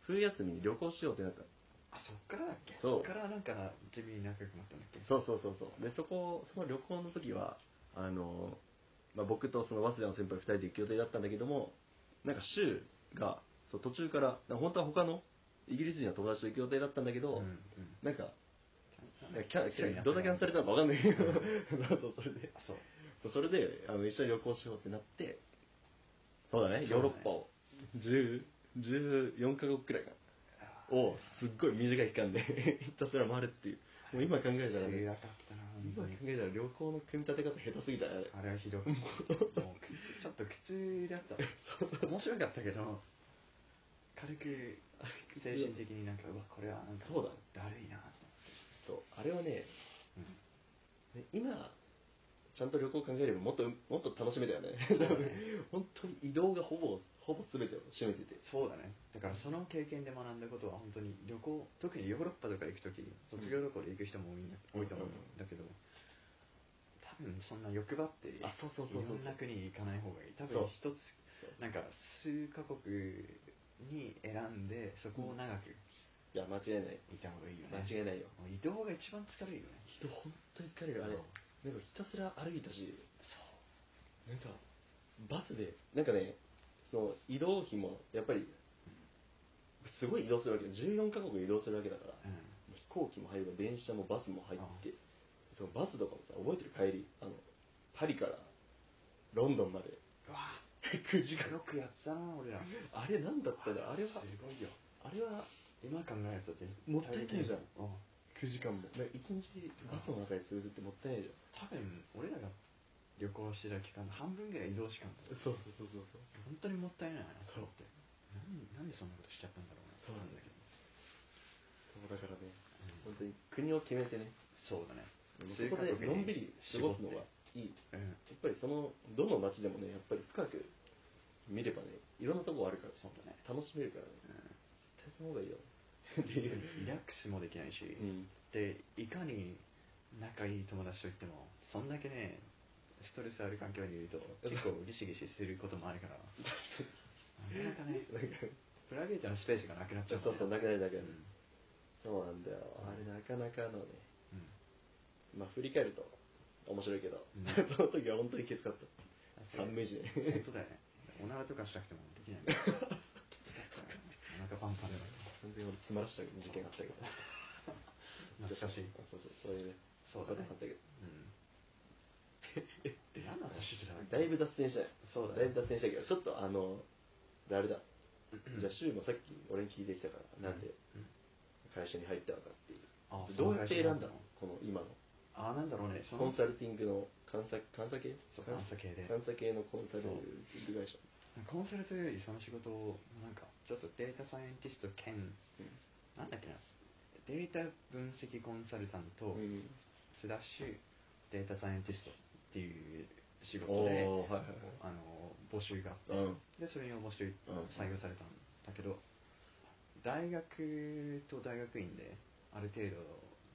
B: 冬休みに旅行しようってなった
A: あそっからだっけ
B: そう
A: っからなんか地味に仲良くなったんだっけ
B: そうそうそうそうでそこその旅行の時はあの、まあ、僕とその早稲田の先輩2人で行く予定だったんだけども、なんか州がそう途中からなんか本当は他のイギリス人の友達と行く予定だったんだけど、
A: うんうん
B: なんか
A: キ
B: キャキャどんだけ話されたのか分かんないけど そうそうそれで
A: あそう
B: そうそれであの一緒に旅行しようってなってそうだね
A: そ
B: ヨ
A: う
B: ー
A: だね
B: ロッパを10 14カ国くらいかなをすっごい短い期間で ひたすら回るっていうもう今考えたら
A: 知
B: ね
A: らなかったな本
B: 今
A: 当
B: 考
A: に
B: えたら旅行の組み立て方下手すぎたねあれ
A: あれはひど いもう苦ちょっと苦痛だ った面白かったけど軽く精神的になんかうわこれはなんか
B: そうだね
A: だるいな
B: そうあれはね
A: うん
B: ね今ちゃんと旅行考えればもっともっと楽しめたよね
A: そうだね
B: 本当に移動がほぼほぼ全てを占めてて
A: そうだねだからその経験で学んだことは本当に旅行特にヨーロッパとか行く時卒業旅行で行く人もみんな多いと思うんだけど多分そんな欲張ってい
B: あそうそうそうそう
A: ろんな国に行かない方がいい多
B: そう
A: 分一つなんか数カ国に選んでそこを長く
B: いや間違いない
A: いた方がいいよね
B: 間違いないよ
A: もう移動が一番疲れるよね
B: 人本当に疲れるあれなんかひたすら歩いたし
A: そ
B: なんかバスでなんかねその移動費もやっぱりすごい移動するわけよ14カ国移動するわけだから
A: う、うん、
B: 飛行機も入れば電車もバスも入ってそのバスとかもさ覚えてる帰りあのパリからロンドンまで
A: うわ
B: 9時間
A: よくやったな俺ら
B: あれなんだったんだあれは
A: すごいよ
B: あれは
A: 今考えると絶対
B: もったいないじゃん
A: うん
B: 9時間も1日バスの中で潰すってもったいないじゃん
A: 多分俺らが旅行してた期間の半分ぐらい移動時間だよ
B: そうそうそうそうそう
A: 本当にもったいないな
B: そう
A: ってなんなんでそんなことしちゃったんだろうな
B: そうなんだ
A: けど、
B: そうだからね
A: う
B: 本
A: ん
B: 当に国を決めてね
A: そうだね
B: そこでのんびり過ごすのがいいや
A: うん
B: っぱりそのどの街でもねやっぱり深く見ればねいろんなとこあるから
A: そうだね
B: 楽しめるからね
A: う
B: 絶対その方がいいよ っていうん
A: リラックスもできないし、
B: うん
A: でいかに仲いい友達といってもそんだけねストレスある環境にいると結構ギシギシすることもあるからなかなかね
B: なんか
A: プライベートのスペースがなくなっち
B: ち
A: ゃ
B: ょ
A: う
B: っと
A: もん
B: そう
A: ね
B: なくなるなく
A: う
B: なんるそうなんだよあれなかなかのね
A: うん
B: まあ振り返ると面白いけど
A: うん
B: その時は本当にきつかった寒いしね
A: 本当だよねおならとかしたくてもできないきつかったなお腹パンパンで
B: 完全に俺詰まらした事件があったけど
A: 懐かしい
B: あそうそうそういうね
A: そうだね
B: ことがあったけど
A: うん何の話してたの
B: だいぶ脱線したよ
A: そうだ
B: だい
A: ね
B: ぶ脱線したけどちょっとあのであれだじゃあ柊もさっき俺に聞いてきたからなんで
A: うん
B: 会社に入ったのかっていう
A: あ
B: どうやって選んだの
A: そう会
B: この今の
A: 社あなんだろうねその
B: コンサルティングの監査監査系
A: そう監査系で
B: 監査系のコンサルティング会社
A: コンサルというよりその仕事をなんかちょっとデータサイエンティスト兼なんだっけなデータ分析コンサルタント
B: うん
A: スラッシュデータサイエンティストっていう仕
B: お
A: 事で
B: おはいはい
A: あの募集があって、
B: うん
A: でそれに応募して
B: うん
A: 採用されたんだけど、大学と大学院である程度、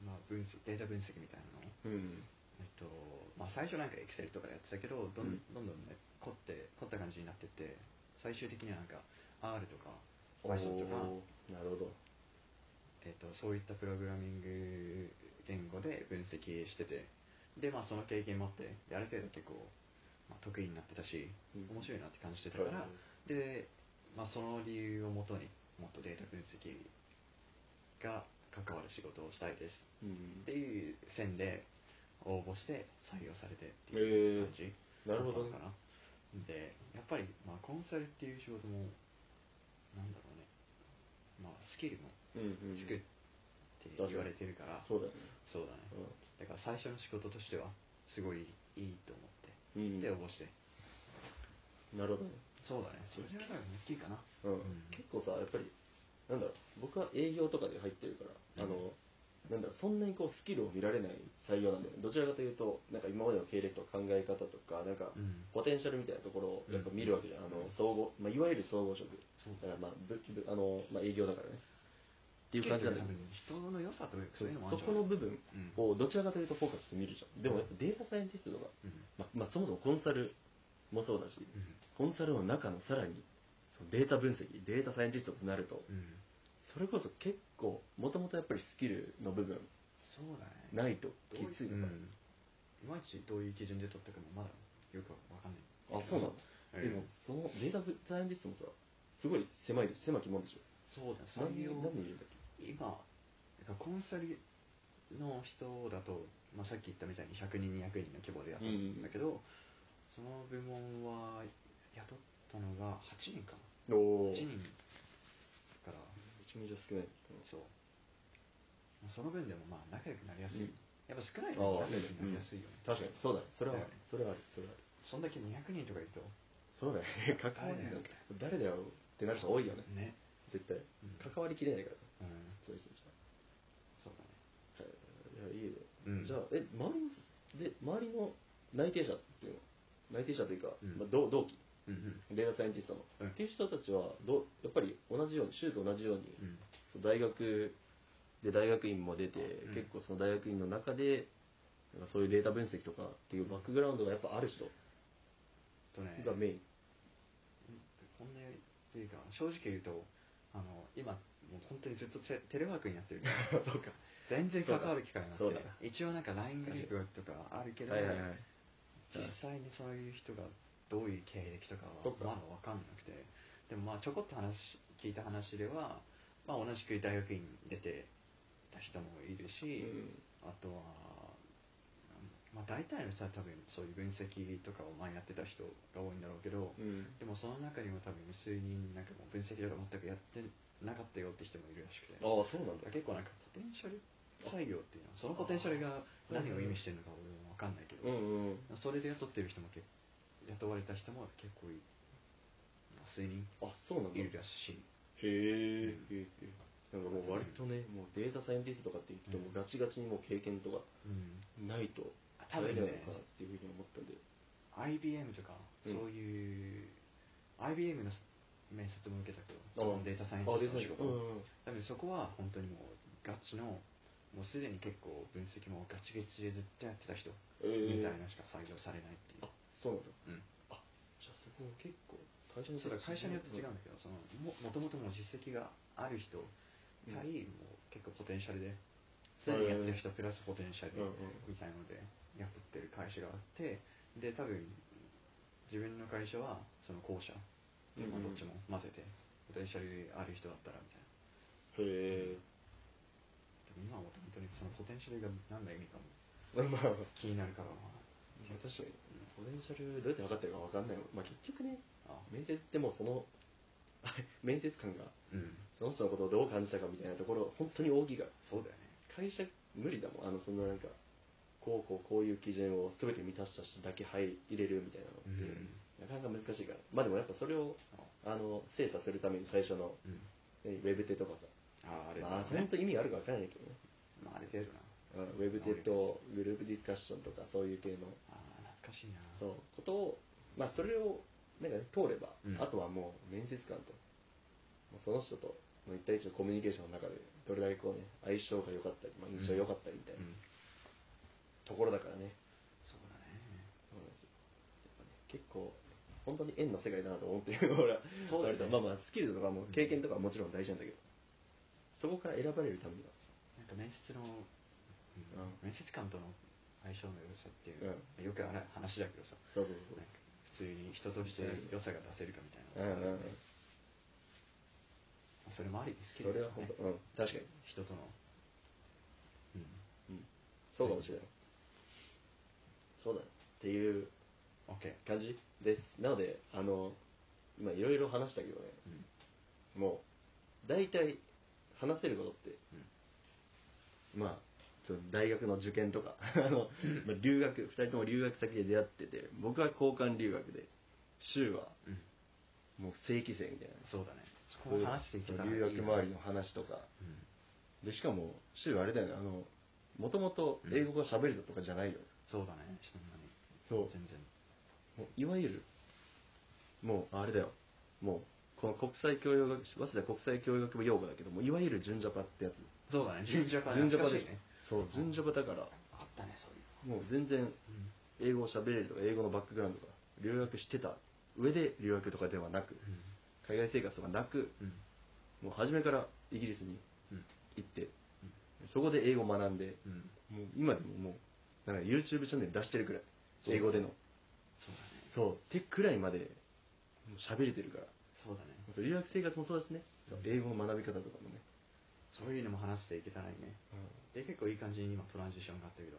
A: まあ、分析データ分析みたいなのを
B: うん
A: えっとまあ、最初なんかエクセルとかやってたけどどん,、
B: うん
A: どんどんね凝って凝った感じになってって最終的にはなんか R とか
B: お
A: Python とか、
B: ーなるほど
A: えっと、そういったプログラミング言語で分析しててで、まあ、その経験もあってである程度結構、まあ、得意になってたし
B: うん
A: 面白いなって感じてたから、で、まあ、その理由をもとにもっとデータ分析が関わる仕事をしたいです
B: うん
A: っていう線で応募して採用されてっ
B: へ
A: てい
B: ー
A: う感じ
B: なるほど
A: だっ
B: ね
A: たのかなでやっぱり、まあ、コンサルっていう仕事もなんだろうね、まあ、スキルも
B: うんうん
A: つくって言われてるから、
B: そうだよね
A: そうだねだから最初の仕事としてはすごいいいと思っ
B: う
A: て
B: ん
A: で応募して
B: なるほどね
A: そうだねそれが多分大きいかな
B: うん
A: ん
B: 結構さやっぱりなんだろう僕は営業とかで入ってるからあ
A: うん
B: のなんだろうそんなにこうスキルを見られない採用なんだよねどちらかというとなんか今までの経歴とか考え方とかなんか
A: うん
B: ポテンシャルみたいなところをやっぱ見るわけじゃん、
A: うん
B: あの総合、まあ、いわゆる総合職
A: そう
B: だからまあぶぶあの、まあ、営業だからねっていう感じなんだけど
A: 人の良さというか
B: そ
A: そうういうの
B: そこの部分を
A: もあるんじゃないうん
B: どちらかというとフォーカスして見るじゃんでもやっぱデータサイエンティストとか、
A: うん
B: まあまあ、そもそもコンサルもそうだしコンサルの中のさらにそのデータ分析データサイエンティストとなると
A: うんうん
B: それこそ結構もともとやっぱりスキルの部分
A: そうだね
B: ないとき
A: どう
B: ついのか
A: うんいまいちどういう基準で取ったかもまだよくわかんな
B: な、
A: い
B: あそうなのでもそのデータサイエンティストもさすごい狭い狭きもんでしょ
A: そうだ
B: 何
A: 採
B: 人
A: 用
B: 何人いるんだっけ
A: 今コンサルの人だと、まあ、さっき言ったみたいに100人200人の規模でやったんだけど、その部門は雇ったのが8人かな
B: お
A: 8
B: めち
A: 人から
B: ゃめちゃ少ない
A: そうまあその分でもまあ仲良くなりやす
B: う
A: い、
B: ん
A: やっぱ少ない
B: あ
A: の
B: あ
A: 仲良くなりやすいよね、
B: 確かにそうだねそれはある
A: だよね
B: それはあるそれはある
A: そんだけ200人とかいると
B: そうだね 関わりなんか誰だよってなる人多いよね
A: ね、
B: 絶対
A: うん
B: 関わりきれないからさ
A: うん、
B: そういう人たちは
A: そうだね
B: はいいやいいよ、
A: うん
B: じゃあえ周りで周りの内定者っていうの内定者というか、
A: うん
B: まあ、同同期
A: うんうん
B: データサイエンティストの、
A: うん
B: っていう人たちはどうやっぱり同じように州と同じように、
A: うん
B: その大学で大学院も出て、
A: うん
B: 結構その大学院の中でなんかそういうデータ分析とかっていうバックグラウンドがやっぱある人
A: とね
B: がメイン、
A: 本音っていうか正直言うとあの今もう本当にずっとテテレワークになってるから
B: そうか
A: 全然関わる機会なく
B: そうだ
A: て一応なんか LINE グループとかあるけど、
B: はいはいはい
A: 実際にそういう人がどういう経歴とかは
B: そっか
A: まだ分かんなくてでもまあちょこっと話聞いた話では、まあ、同じく大学院出てた人もいる
B: う
A: し、
B: ん
A: あとは、まあ、大体の人は多分そういう分析とかを前やってた人が多いんだろうけど、
B: うん
A: でもその中にも多分数人なんかもう分析とか全くやってなかったよって人もいるらしくて
B: ああそうなんだ
A: 結構なんかポテンシャル採用っていうのはそのポテンシャルが何を意味してるのか俺も分かんないけ
B: う
A: ど、
B: んうん
A: それで雇ってる人も結雇われた人も結構いまあ数人
B: あそうなんだ
A: いるらしい
B: へえ、なんかもう割とね、もうデータサイエンティストとかって言ってもガチガチにもう経験とか
A: うん
B: ないと
A: 多分
B: れない
A: ね
B: のかなっていうふうに思ったんで、
A: IBM とか
B: う
A: そ
B: ん
A: ういう、IBM の面接も受けたけど
B: あ
A: そのデータサイエンティストの仕
B: あデー
A: 事、
B: タサイエンうんうん
A: 多分そこは本当にもうガチのもうすでに結構分析もガチガチでずっとやってた人
B: ええ
A: みたいなしか採用されないっていう
B: あ、そうなんだ。
A: うん、
B: あ、じゃあそこ結構会社に
A: それは会社によって違うん
B: ん
A: だけどそのももともともう実績がある人対、もう結構ポテンシャルですでにやってる人プラスポテンシャル
B: うんうん
A: みたいのでやってる会社があってで多分自分の会社はその後者、
B: うんうん
A: まあ、どっちも混ぜてポテンシャルある人だったらみたいな
B: へえ。
A: でも今はもう本当にそのポテンシャルが何の意味かも
B: まあ、まあ
A: 気になるからな
B: 確かに、ポテンシャルどうやって測ってるかわかんないもん。まあ結局ね、
A: あ
B: 面接ってもうその、 面接官が
A: うん
B: その人のことをどう感じたかみたいなところ、本当に大きいから。
A: そうだよね
B: 会社無理だもんあのそんななんかこうこうこういう基準を全て満たした人だけ入れるみたいなのって、
A: うん
B: なかなか難しいからまあでもやっぱそれをあの精査するために最初の、
A: うん
B: ねウェブテとかさ
A: ああれだ
B: まあ
A: ね
B: 本当意味あるか分からないけどね
A: まあある程度な
B: うんウェブテとグループディスカッションとかそういう系の
A: ああ懐かしいな
B: そうことをまあそれをなんかね、通れば、
A: うん
B: あとはもう面接官ともうその人との一対一のコミュニケーションの中でどれだけこうね相性が良かったり、まあ、印象良かったりみたいな、
A: うん
B: ところだからね
A: そうだね
B: そうなんですよやっぱね結構本当に縁の世界だなと思ってる俺は
A: そうだね
B: 割とまあまあスキルとかも経験とかはもちろん大事なんだけど、そこから選ばれるためには
A: なんか面接の、うん
B: うん
A: 面接官との相性の良さっていう、
B: う
A: よくある話だけどさ
B: そうそう
A: なんか普通に人として良さが出せるかみたい
B: うん
A: な、
B: うんうん
A: それもありですけ
B: そ
A: ど、
B: れは本当、うん確かに、
A: 人との、う
B: う
A: ん、
B: ん、そうかもしれない、そうだねっていう
A: OK、
B: 感じですなのであの今いろいろ話したけどね
A: うん
B: もう大体話せることって
A: うん
B: まあ、その大学の受験とか あの、まあ、留学2人とも留学先で出会ってて僕は交換留学で柊は
A: うん
B: もう正規生みたいな
A: そうだねそこを話していけたらいい
B: 留
A: な
B: 学周りの話とか
A: うん
B: でしかも柊あれだよねあのもともと英語が喋れたとかじゃないよ、
A: そうだねそんなに
B: そう
A: 全然
B: もういわゆるもうあれだよもうこの国際教養学早稲田国際教養学部用語だけどもういわゆる純ジャパってやつ
A: そうだね順序から
B: 純ジャパ
A: 懐
B: で
A: かしいね
B: そう純ジャパだから
A: あったねそういう
B: もう全然
A: うん
B: 英語を喋れるとか英語のバックグラウンドが留学してた上で留学とかではなく海外生活とかなく
A: うん
B: もう初めからイギリスに
A: うん
B: 行ってそこで英語を学んで
A: うん
B: もう今でももうなんか YouTube チャンネル出してるくらい英語での
A: そうだね
B: そうってくらいまでもう喋れてるから
A: そうだね
B: そう留学生活もそうですねそう英語の学び方とかもね、
A: そういうのも話していけたらいいねで結構いい感じに今トランジションがあったけど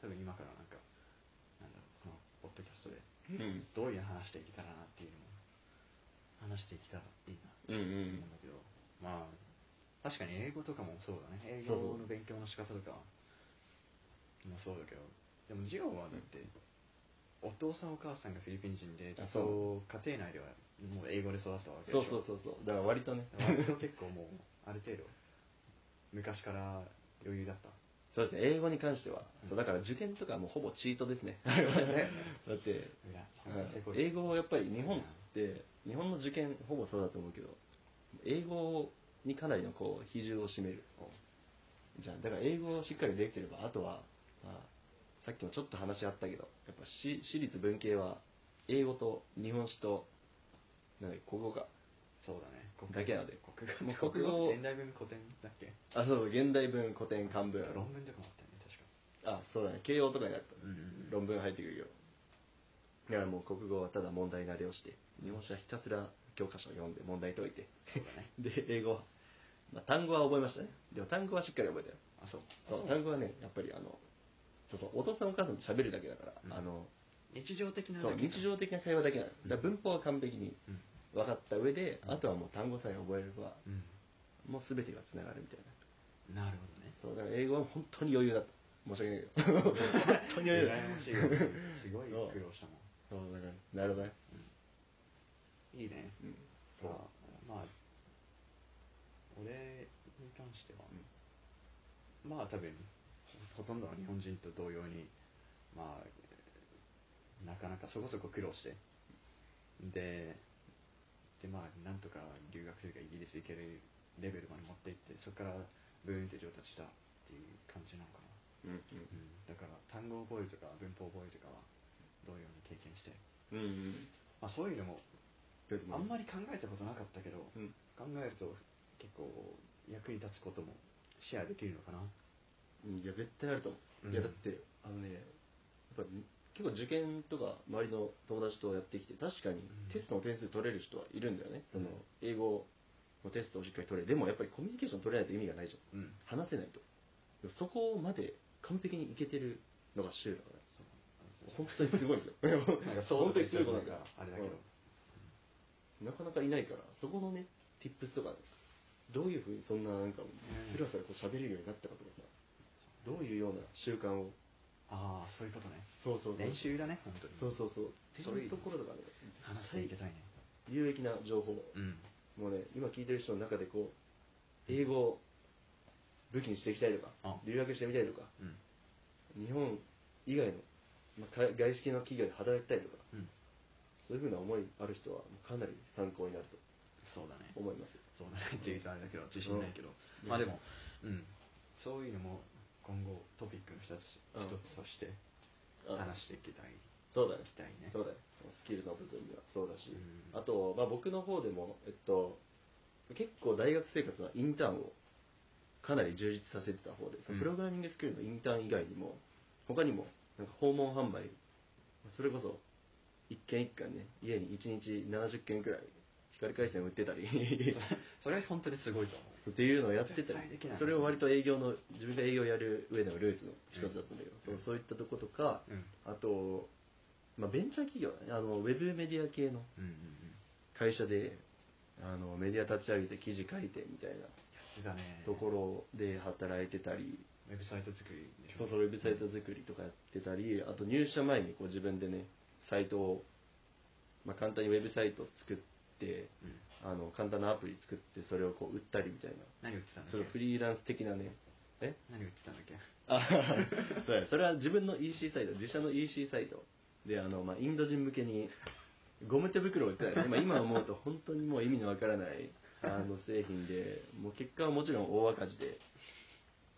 A: 多分今からなんかなんだろうこのポッドキャストで
B: うん
A: どういう話していけたらなっていうのも話していけたらいいな
B: うんう
A: と思うん
B: ん
A: だけど、まあ確かに英語とかもそうだね英
B: そう
A: 語
B: そう
A: の勉強の仕方とかもそうだけどでも授業はだって、お父さんお母さんがフィリピン人で
B: あ
A: そう家庭内ではもう英語で育ったわけでし
B: そ
A: ょ
B: うそうそうそうだから割 とね
A: 割と結構もうある程度昔から余裕だった
B: そうですね英語に関しては、
A: うん
B: そうだから受験とかもうほぼチートですね だって
A: 裏
B: はい
A: そんなせこい
B: 英語はやっぱり日本って日本の受験ほぼそうだと思うけど英語にかなりのこう比重を占めるじゃんだから英語をしっかりできてればあとは、まあ、さっきもちょっと話あったけどやっぱ私私立文系は英語と日本史となんだっけ国語か
A: そうだね
B: だけなので
A: 国語
B: もう
A: 国
B: 国
A: 語
B: 語
A: 現代文古典だっけ
B: あそう現代文古典漢文
A: 論文とかもあったよね確か
B: あそうだね慶応とかにあった、
A: うんうんうん
B: 論文入ってくるよだからもう国語はただ問題慣れをして日本史はひたすら教科書を読んで問題解いて
A: そうだね
B: で英語は、まあ、単語は覚えましたねでも単語はしっかり覚えたよ
A: あそう
B: そう単語はねやっぱりあのそうそうお父さんお母さんと喋るだけだから、
A: うん
B: あの
A: 日常的な
B: そう
A: だけか
B: 日常的な会話だけなのだから文法は完璧に
A: うん
B: 分かった上で、
A: うん
B: あとはもう単語さえ覚えれば
A: う
B: もう全てがつながるみたいなん
A: なるほどね
B: そうだから英語は本当に余裕だった申し訳ないけど 本当に余裕だった
A: 羨ましいよねすごい苦労したも
B: そうだからなるほどね、
A: んいいね
B: うん、
A: まあまあ俺に関してはまあ多分ほとんどの日本人と同様にまあなかなかそこそこ苦労してででまあなんとか留学というかイギリス行けるレベルまで持っていってそこからブーンって上達したっていう感じなのか
B: うん
A: なうんだから単語を覚えるとか文法を覚えるとかは同様に経験して、
B: うんうん
A: まあ、そういうのも
B: うん
A: あんまり考えたことなかったけど、
B: うん
A: 考えると結構役に立つこともシェアできるのかな
B: うんいや絶対あると思う、
A: うん
B: いやだってあのねやっぱ結構受験とか周りの友達とやってきて確かに
A: ん
B: テストの点数取れる人はいるんだよね、
A: う
B: そ
A: ん
B: の英語のテストをしっかり取れでもやっぱりコミュニケーション取れないと意味がないじ
A: うん
B: ゃん話せないとでもそこまで完璧にいけてるのが州だから本当にすごいですよ
A: なんか
B: 本
A: そう
B: 当にすごいことなんだ
A: が
B: よ
A: あれだけど、
B: うんなかなかいないからそこのね tips とかどういうふうにそんななんか
A: ん
B: スラスラこう喋れるようになったかとかさどういうような習慣を
A: ああそういうことね
B: そうそうそう
A: 練習だね本当に
B: そうそうそう
A: そ
B: そううい
A: い
B: ううところとかね
A: 話していけたいね
B: 有益な情報
A: うん
B: もうね今聞いてる人の中でこう英語を武器にしていきたいと
A: あ
B: か留学してみたいとか
A: うん
B: 日本以外の、まあ、か外資系の企業で働きたいとか
A: うん
B: そういうふうな思いある人はもうかなり参考になる
A: そうだね
B: と思います
A: そうだねって言うとあれだけど自信ないけど、まあでもうんそういうのも今後トピックの一つ
B: うん
A: 一つとして
B: うん
A: 話していきたい
B: そうだ
A: い
B: ね
A: きたいね
B: そうだねスキルの部分ではそうだし、
A: うん
B: あと、まあ、僕の方でも、えっと、結構大学生活はインターンをかなり充実させてた方で、その
A: うん
B: プログラミングスクールのインターン以外にも他にもなんか訪問販売それこそ一軒一軒ね家に1日70件くらい光回線売ってた り
A: それは本当にすごいと思う
B: っていうのをやってた
A: 絶
B: り
A: 対できない
B: それを割と営業の自分が営業やる上でのルーツの一つだったんだけど、
A: うん
B: そうそういったとことか、
A: うん
B: あと、まあ、ベンチャー企業だねあのウェブメディア系の
A: うんうんうん
B: 会社であのメディア立ち上げて記事書いてみたいな
A: やってたね
B: ところで働いてたり、
A: ウェブサイト作りでし
B: そ
A: ょ
B: うそうウェブサイト作りとかやってたりあと入社前にこう自分でねサイトを、まあ、簡単にウェブサイト作って
A: うん
B: あの簡単なアプリ作ってそれをこう売ったりみたいな
A: 何売ってたんだ
B: そ
A: っ
B: れフ
A: け
B: リーランス的なねえ
A: 何売ってたんだっけ
B: あ そうやそれは自分の EC サイト自社の EC サイトであの、まあ、インド人向けにゴム手袋を売ってたよねまあ今思うと本当にもう意味のわからないあの製品でもう結果はもちろん大赤字で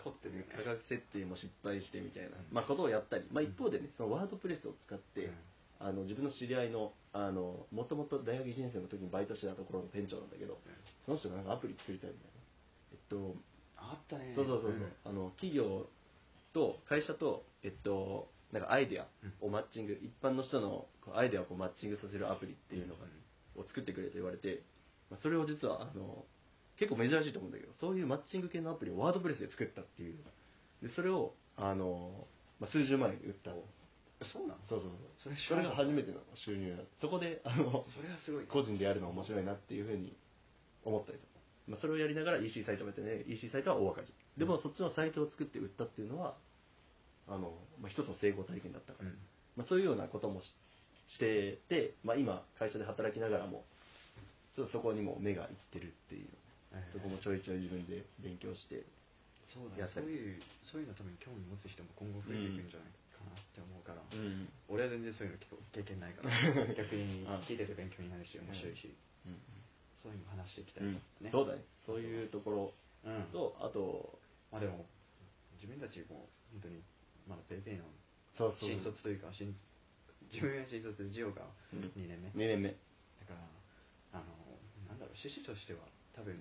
A: 凝ってるよね
B: 価格設定も失敗してみたいな、まあ、ことをやったり、まあ、一方でねそのワードプレスを使って、
A: うん
B: あの自分の知り合いのあのもともと大学1年生の時にバイトしてたところの店長なんだけどその人がなんかアプリ作りたいみたいなえっと
A: あったね
B: そうそうそうそう、
A: ん
B: あの企業と会社と、えっと、なんかアイデアをマッチング、一般の人のこうアイデアをこうマッチングさせるアプリっていうのが
A: うん
B: を作ってくれと言われて、まあ、それを実はあの結構珍しいと思うんだけどそういうマッチング系のアプリをワードプレスで作ったっていうでそれをあの、まあ、数十万円で売ったの
A: そうなの
B: そうそう
A: そ
B: そ
A: れ
B: れ
A: 知
B: そ
A: ら
B: れ
A: な
B: が
A: かった
B: 初めての収入だそこであの
A: それはすごい
B: 個人でやるの面白いなっていうふうに思ったりする、まあ、それをやりながら EC サイトもやってね EC サイトは大赤字でもそっちのサイトを作って売ったっていうのはあの、まあ、一つの成功体験だったから、
A: うん
B: まあ、そういうようなこともししてて、まあ、今会社で働きながらもちょっとそこにも目がいってるっていう、
A: えー
B: そこもちょいちょい自分で勉強して
A: そうだ
B: やっ
A: ねそ
B: た
A: う
B: り
A: いうそういうの多分興味持つ人も今後増えていくんじゃないかなって思うから、
B: ん
A: 俺は全然そういうの経験ないから 逆に
B: あ
A: 聞いてて勉強になるし面白いし、
B: うん
A: そういうの話していきたい
B: うん
A: ね
B: そうだねそういうとこ
A: うん
B: ろとあと
A: まあでも自分たちも本当にまだペイペイの
B: そうそう
A: 新卒というか新自分は新卒でジオが
B: うん
A: 2年目、
B: 2年目
A: だからあのなんだろう趣旨としては多分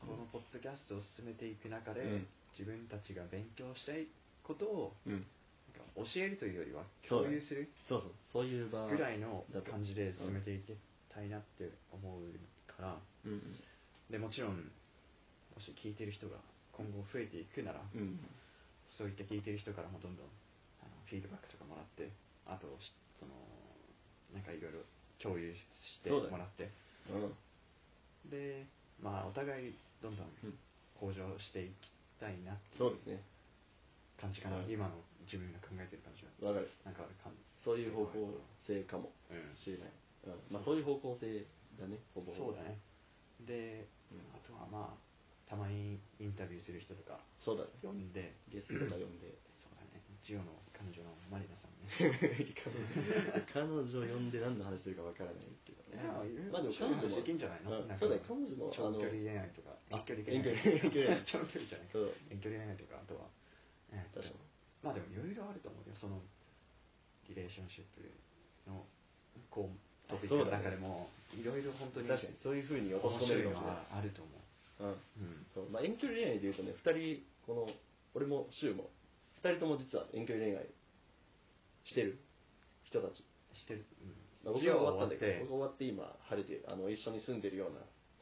A: このポッドキャストを進めていく中で、
B: うん
A: 自分たちが勉強したいことを
B: うん
A: なんか教えるというよりは
B: そう
A: 共
B: だね
A: 有する
B: そうそうそういう場
A: ぐらいの感じで
B: だと
A: 進めていきたいなって思うから
B: うん
A: でもちろんもし聞いてる人が今後増えていくなら、
B: うんうん
A: そういった聞いてる人からもどんどんあのフィードバックとかもらってあとしそのなんかいろいろ共有して
B: そうだね
A: もらって、
B: うん
A: でまあお互いどんどん
B: うん
A: 向上していきたいなってい
B: そう
A: う
B: ですね
A: 感じかな、
B: はい
A: 今の自分が考えてる感じは
B: わかる
A: なんかある感じ
B: そういう方向性かも
A: うん
B: しれない、うんまあ、そういう方向性だねほぼほぼ
A: そうだねで、
B: うん
A: あとはまあたまにインタビューする人とか
B: そうだね
A: 呼んで
B: ゲストとか呼んで
A: そうだねジオの彼女のマリナさんね
B: 彼女呼んで何の話してるかわからないけど
A: いやいろいろ
B: まあでも彼女
A: 話
B: も
A: できんじゃないの
B: うん
A: なんか
B: そうだね彼女も
A: 長距離
B: あの
A: 恋愛とか
B: あ
A: 遠距
B: 遠
A: 離
B: 距離遠距離
A: 長距離じゃない
B: そう
A: 遠距離恋愛とかあとは、えーっと
B: 確かに
A: まあでもいろいろあると思うよそのリレーションシップのこうトピックの中でもいろいろ本当に面
B: 確かにそういうふうに落とし込め
A: 白い
B: るか
A: の
B: もしれない
A: はあると思う、
B: うん
A: うん、
B: そうまあ、遠距離恋愛でいうとね2人この俺も柊も2人とも実は遠距離恋愛してる人たち、
A: してる、うん
B: まあ、僕は終わったんだけど僕は終わって今晴れてあの一緒に住んでるよう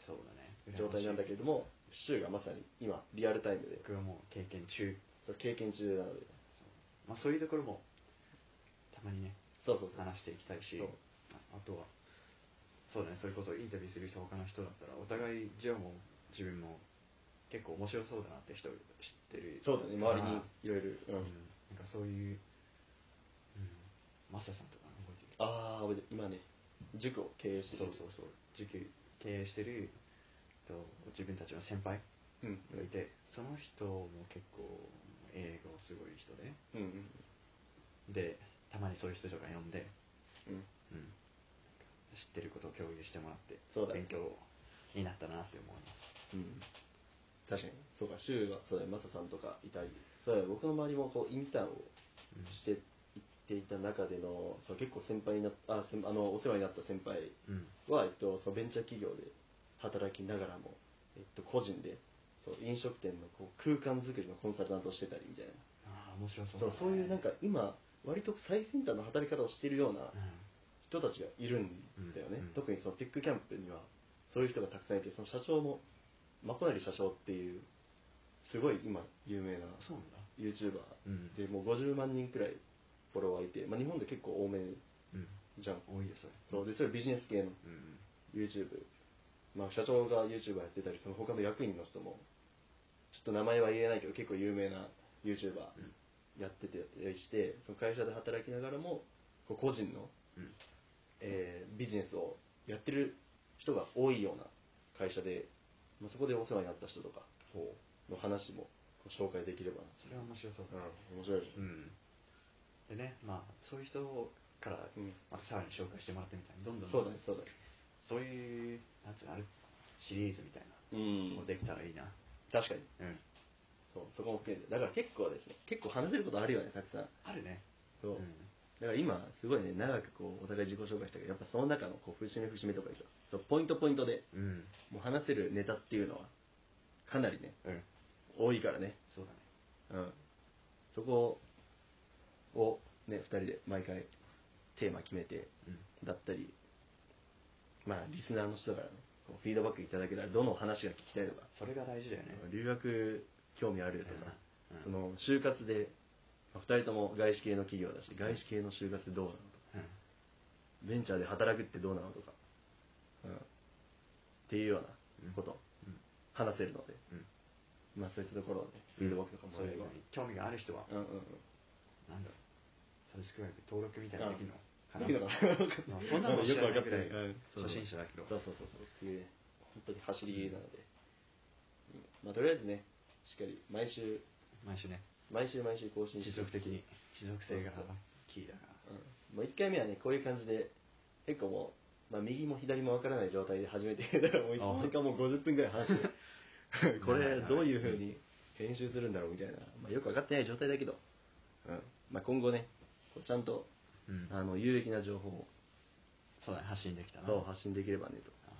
A: そうだね
B: な状態なんだけれども柊がまさに今リアルタイムで
A: 僕はもう経験中
B: それ経験中なので
A: そう,、まあ、そういうところもたまにね
B: そうそうそう
A: 話していきたいし
B: そう
A: ああとはそうだねそれこそインタビューする人他の人だったらお互いジオも自分も結構面白そうだなって人知ってる
B: そうだね周りに
A: あ
B: いろいろ
A: ー
B: うん
A: うんなんかそういう、うん、マサさんとか覚えてる
B: ああ俺今ね塾を経営して
A: そ
B: る
A: うそうそう受給経営してると自分たちの先輩
B: うん
A: がいてその人も結構英語すごい人で
B: うんうん
A: でたまにそういう人とか呼んで
B: うん
A: うん、知ってることを共有してもらって
B: そうだね
A: 勉強になったなって思います
B: うん確かにそうか柊はそうだよマサさんとかいたりそうだよ僕の周りもこうインターンをしていっていた中でのそう結構先輩になっあ先あのお世話になった先輩
A: うん
B: は、えっと、そのベンチャー企業で働きながらも、えっと、個人でそう飲食店のこう空間づくりのコンサルタントをしてたりみたいな
A: ああ面白そ
B: そう
A: う
B: そういうなんか
A: うん、
B: 今割と最先端の働き方をしているような人たちがいるんだよね、
A: うんうん
B: 特にそのテックキャンプにはそういう人がたくさんいてその社長もマコナリ社長っていうすごい今有名な
A: そうなんだ
B: YouTuber
A: うん
B: でもう50万人くらいフォロワーいて、まあ、日本で結構多め
A: うん
B: じゃん
A: 多いよそれ
B: そうでそれビジネス系の
A: うん
B: YouTube、まあ、社長が YouTuber やってたりその他の役員の人もちょっと名前は言えないけど結構有名な YouTuber やっててしてその会社で働きながらもこう個人の
A: うん
B: えービジネスをやってる人が多いような会社で、まあ、そこでお世話になった人とか
A: ほ
B: の話もこう紹介できればな
A: うそれは面白そうだね
B: うん、面白いでしょ、
A: うんでねまあそういう人から
B: うん
A: またさらに紹介してもらってみたいにどんどん
B: そうだねそうだね
A: そういうなんつうのあるシリーズみたいな
B: うん
A: もうできたらいいな
B: 確かに
A: うん
B: そうそこも含めてだから結構ですね結構話せることあるよねたくさん
A: あるね
B: そう、
A: ん
B: だから今すごいね長くこうお互い自己紹介したけどやっぱその中のこう節目節目とかでさそうポイントポイントで
A: うん
B: もう話せるネタっていうのはかなりね
A: うん
B: 多いからね
A: そうだ
B: う
A: ね
B: ん、そこを、ね、2人で毎回テーマ決めて
A: うん
B: だったり、まあ、リスナーの人からね、こうフィードバックいただけたら、どの話が聞きたいとか、
A: それが大事だよね
B: 留学興味あるとか、
A: うん
B: その就活で、まあ二人とも外資系の企業だし、外資系の就活どうなのとか、
A: うん
B: ベンチャーで働くってどうなのとか、うん、っていうようなこと、
A: うん
B: 話せるので、
A: うん
B: まあそういったところをね、フィードバックとかも
A: そ
B: ら
A: れ
B: えれ
A: 以
B: ば、
A: 外に興味がある人は
B: うんうんうん。
A: なんだろうサブスクライブ登録みたいなのできるのかな
B: できるのか
A: ま
B: な
A: あそんなの知
B: よくわ
A: らな
B: か
A: い
B: って
A: ぐら
B: ないい。うん
A: 初心者だけど
B: そうそうそうそう。っていうね、本当に走りなので、うんまあとりあえずね、しっかり毎週、
A: 毎週ね
B: 毎週毎週更新
A: 持
B: して
A: 続的に持続性が
B: そうそう
A: キーだから
B: うんもう1回目はね、こういう感じで、結構もう、まあ、右も左もわからない状態で始めて、だからもういつの間にかもう50分ぐらい話して これどういうふうに編集するんだろうみたいな、まあ、よく分かってない状態だけど、うんまあ、今後ね、こうちゃんと
A: うん
B: あの有益な情報を
A: そうだね発信できたな
B: そう発信できればね
A: あ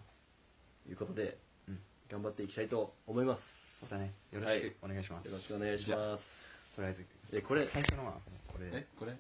B: ということで、
A: うん
B: 頑張っていきたいと思います。
A: またねよろしくお願いします
B: よろしくお願いし
A: じゃあ
B: ます。
A: とりあえず
B: え、これ、
A: 最初のはこれ
B: え、これ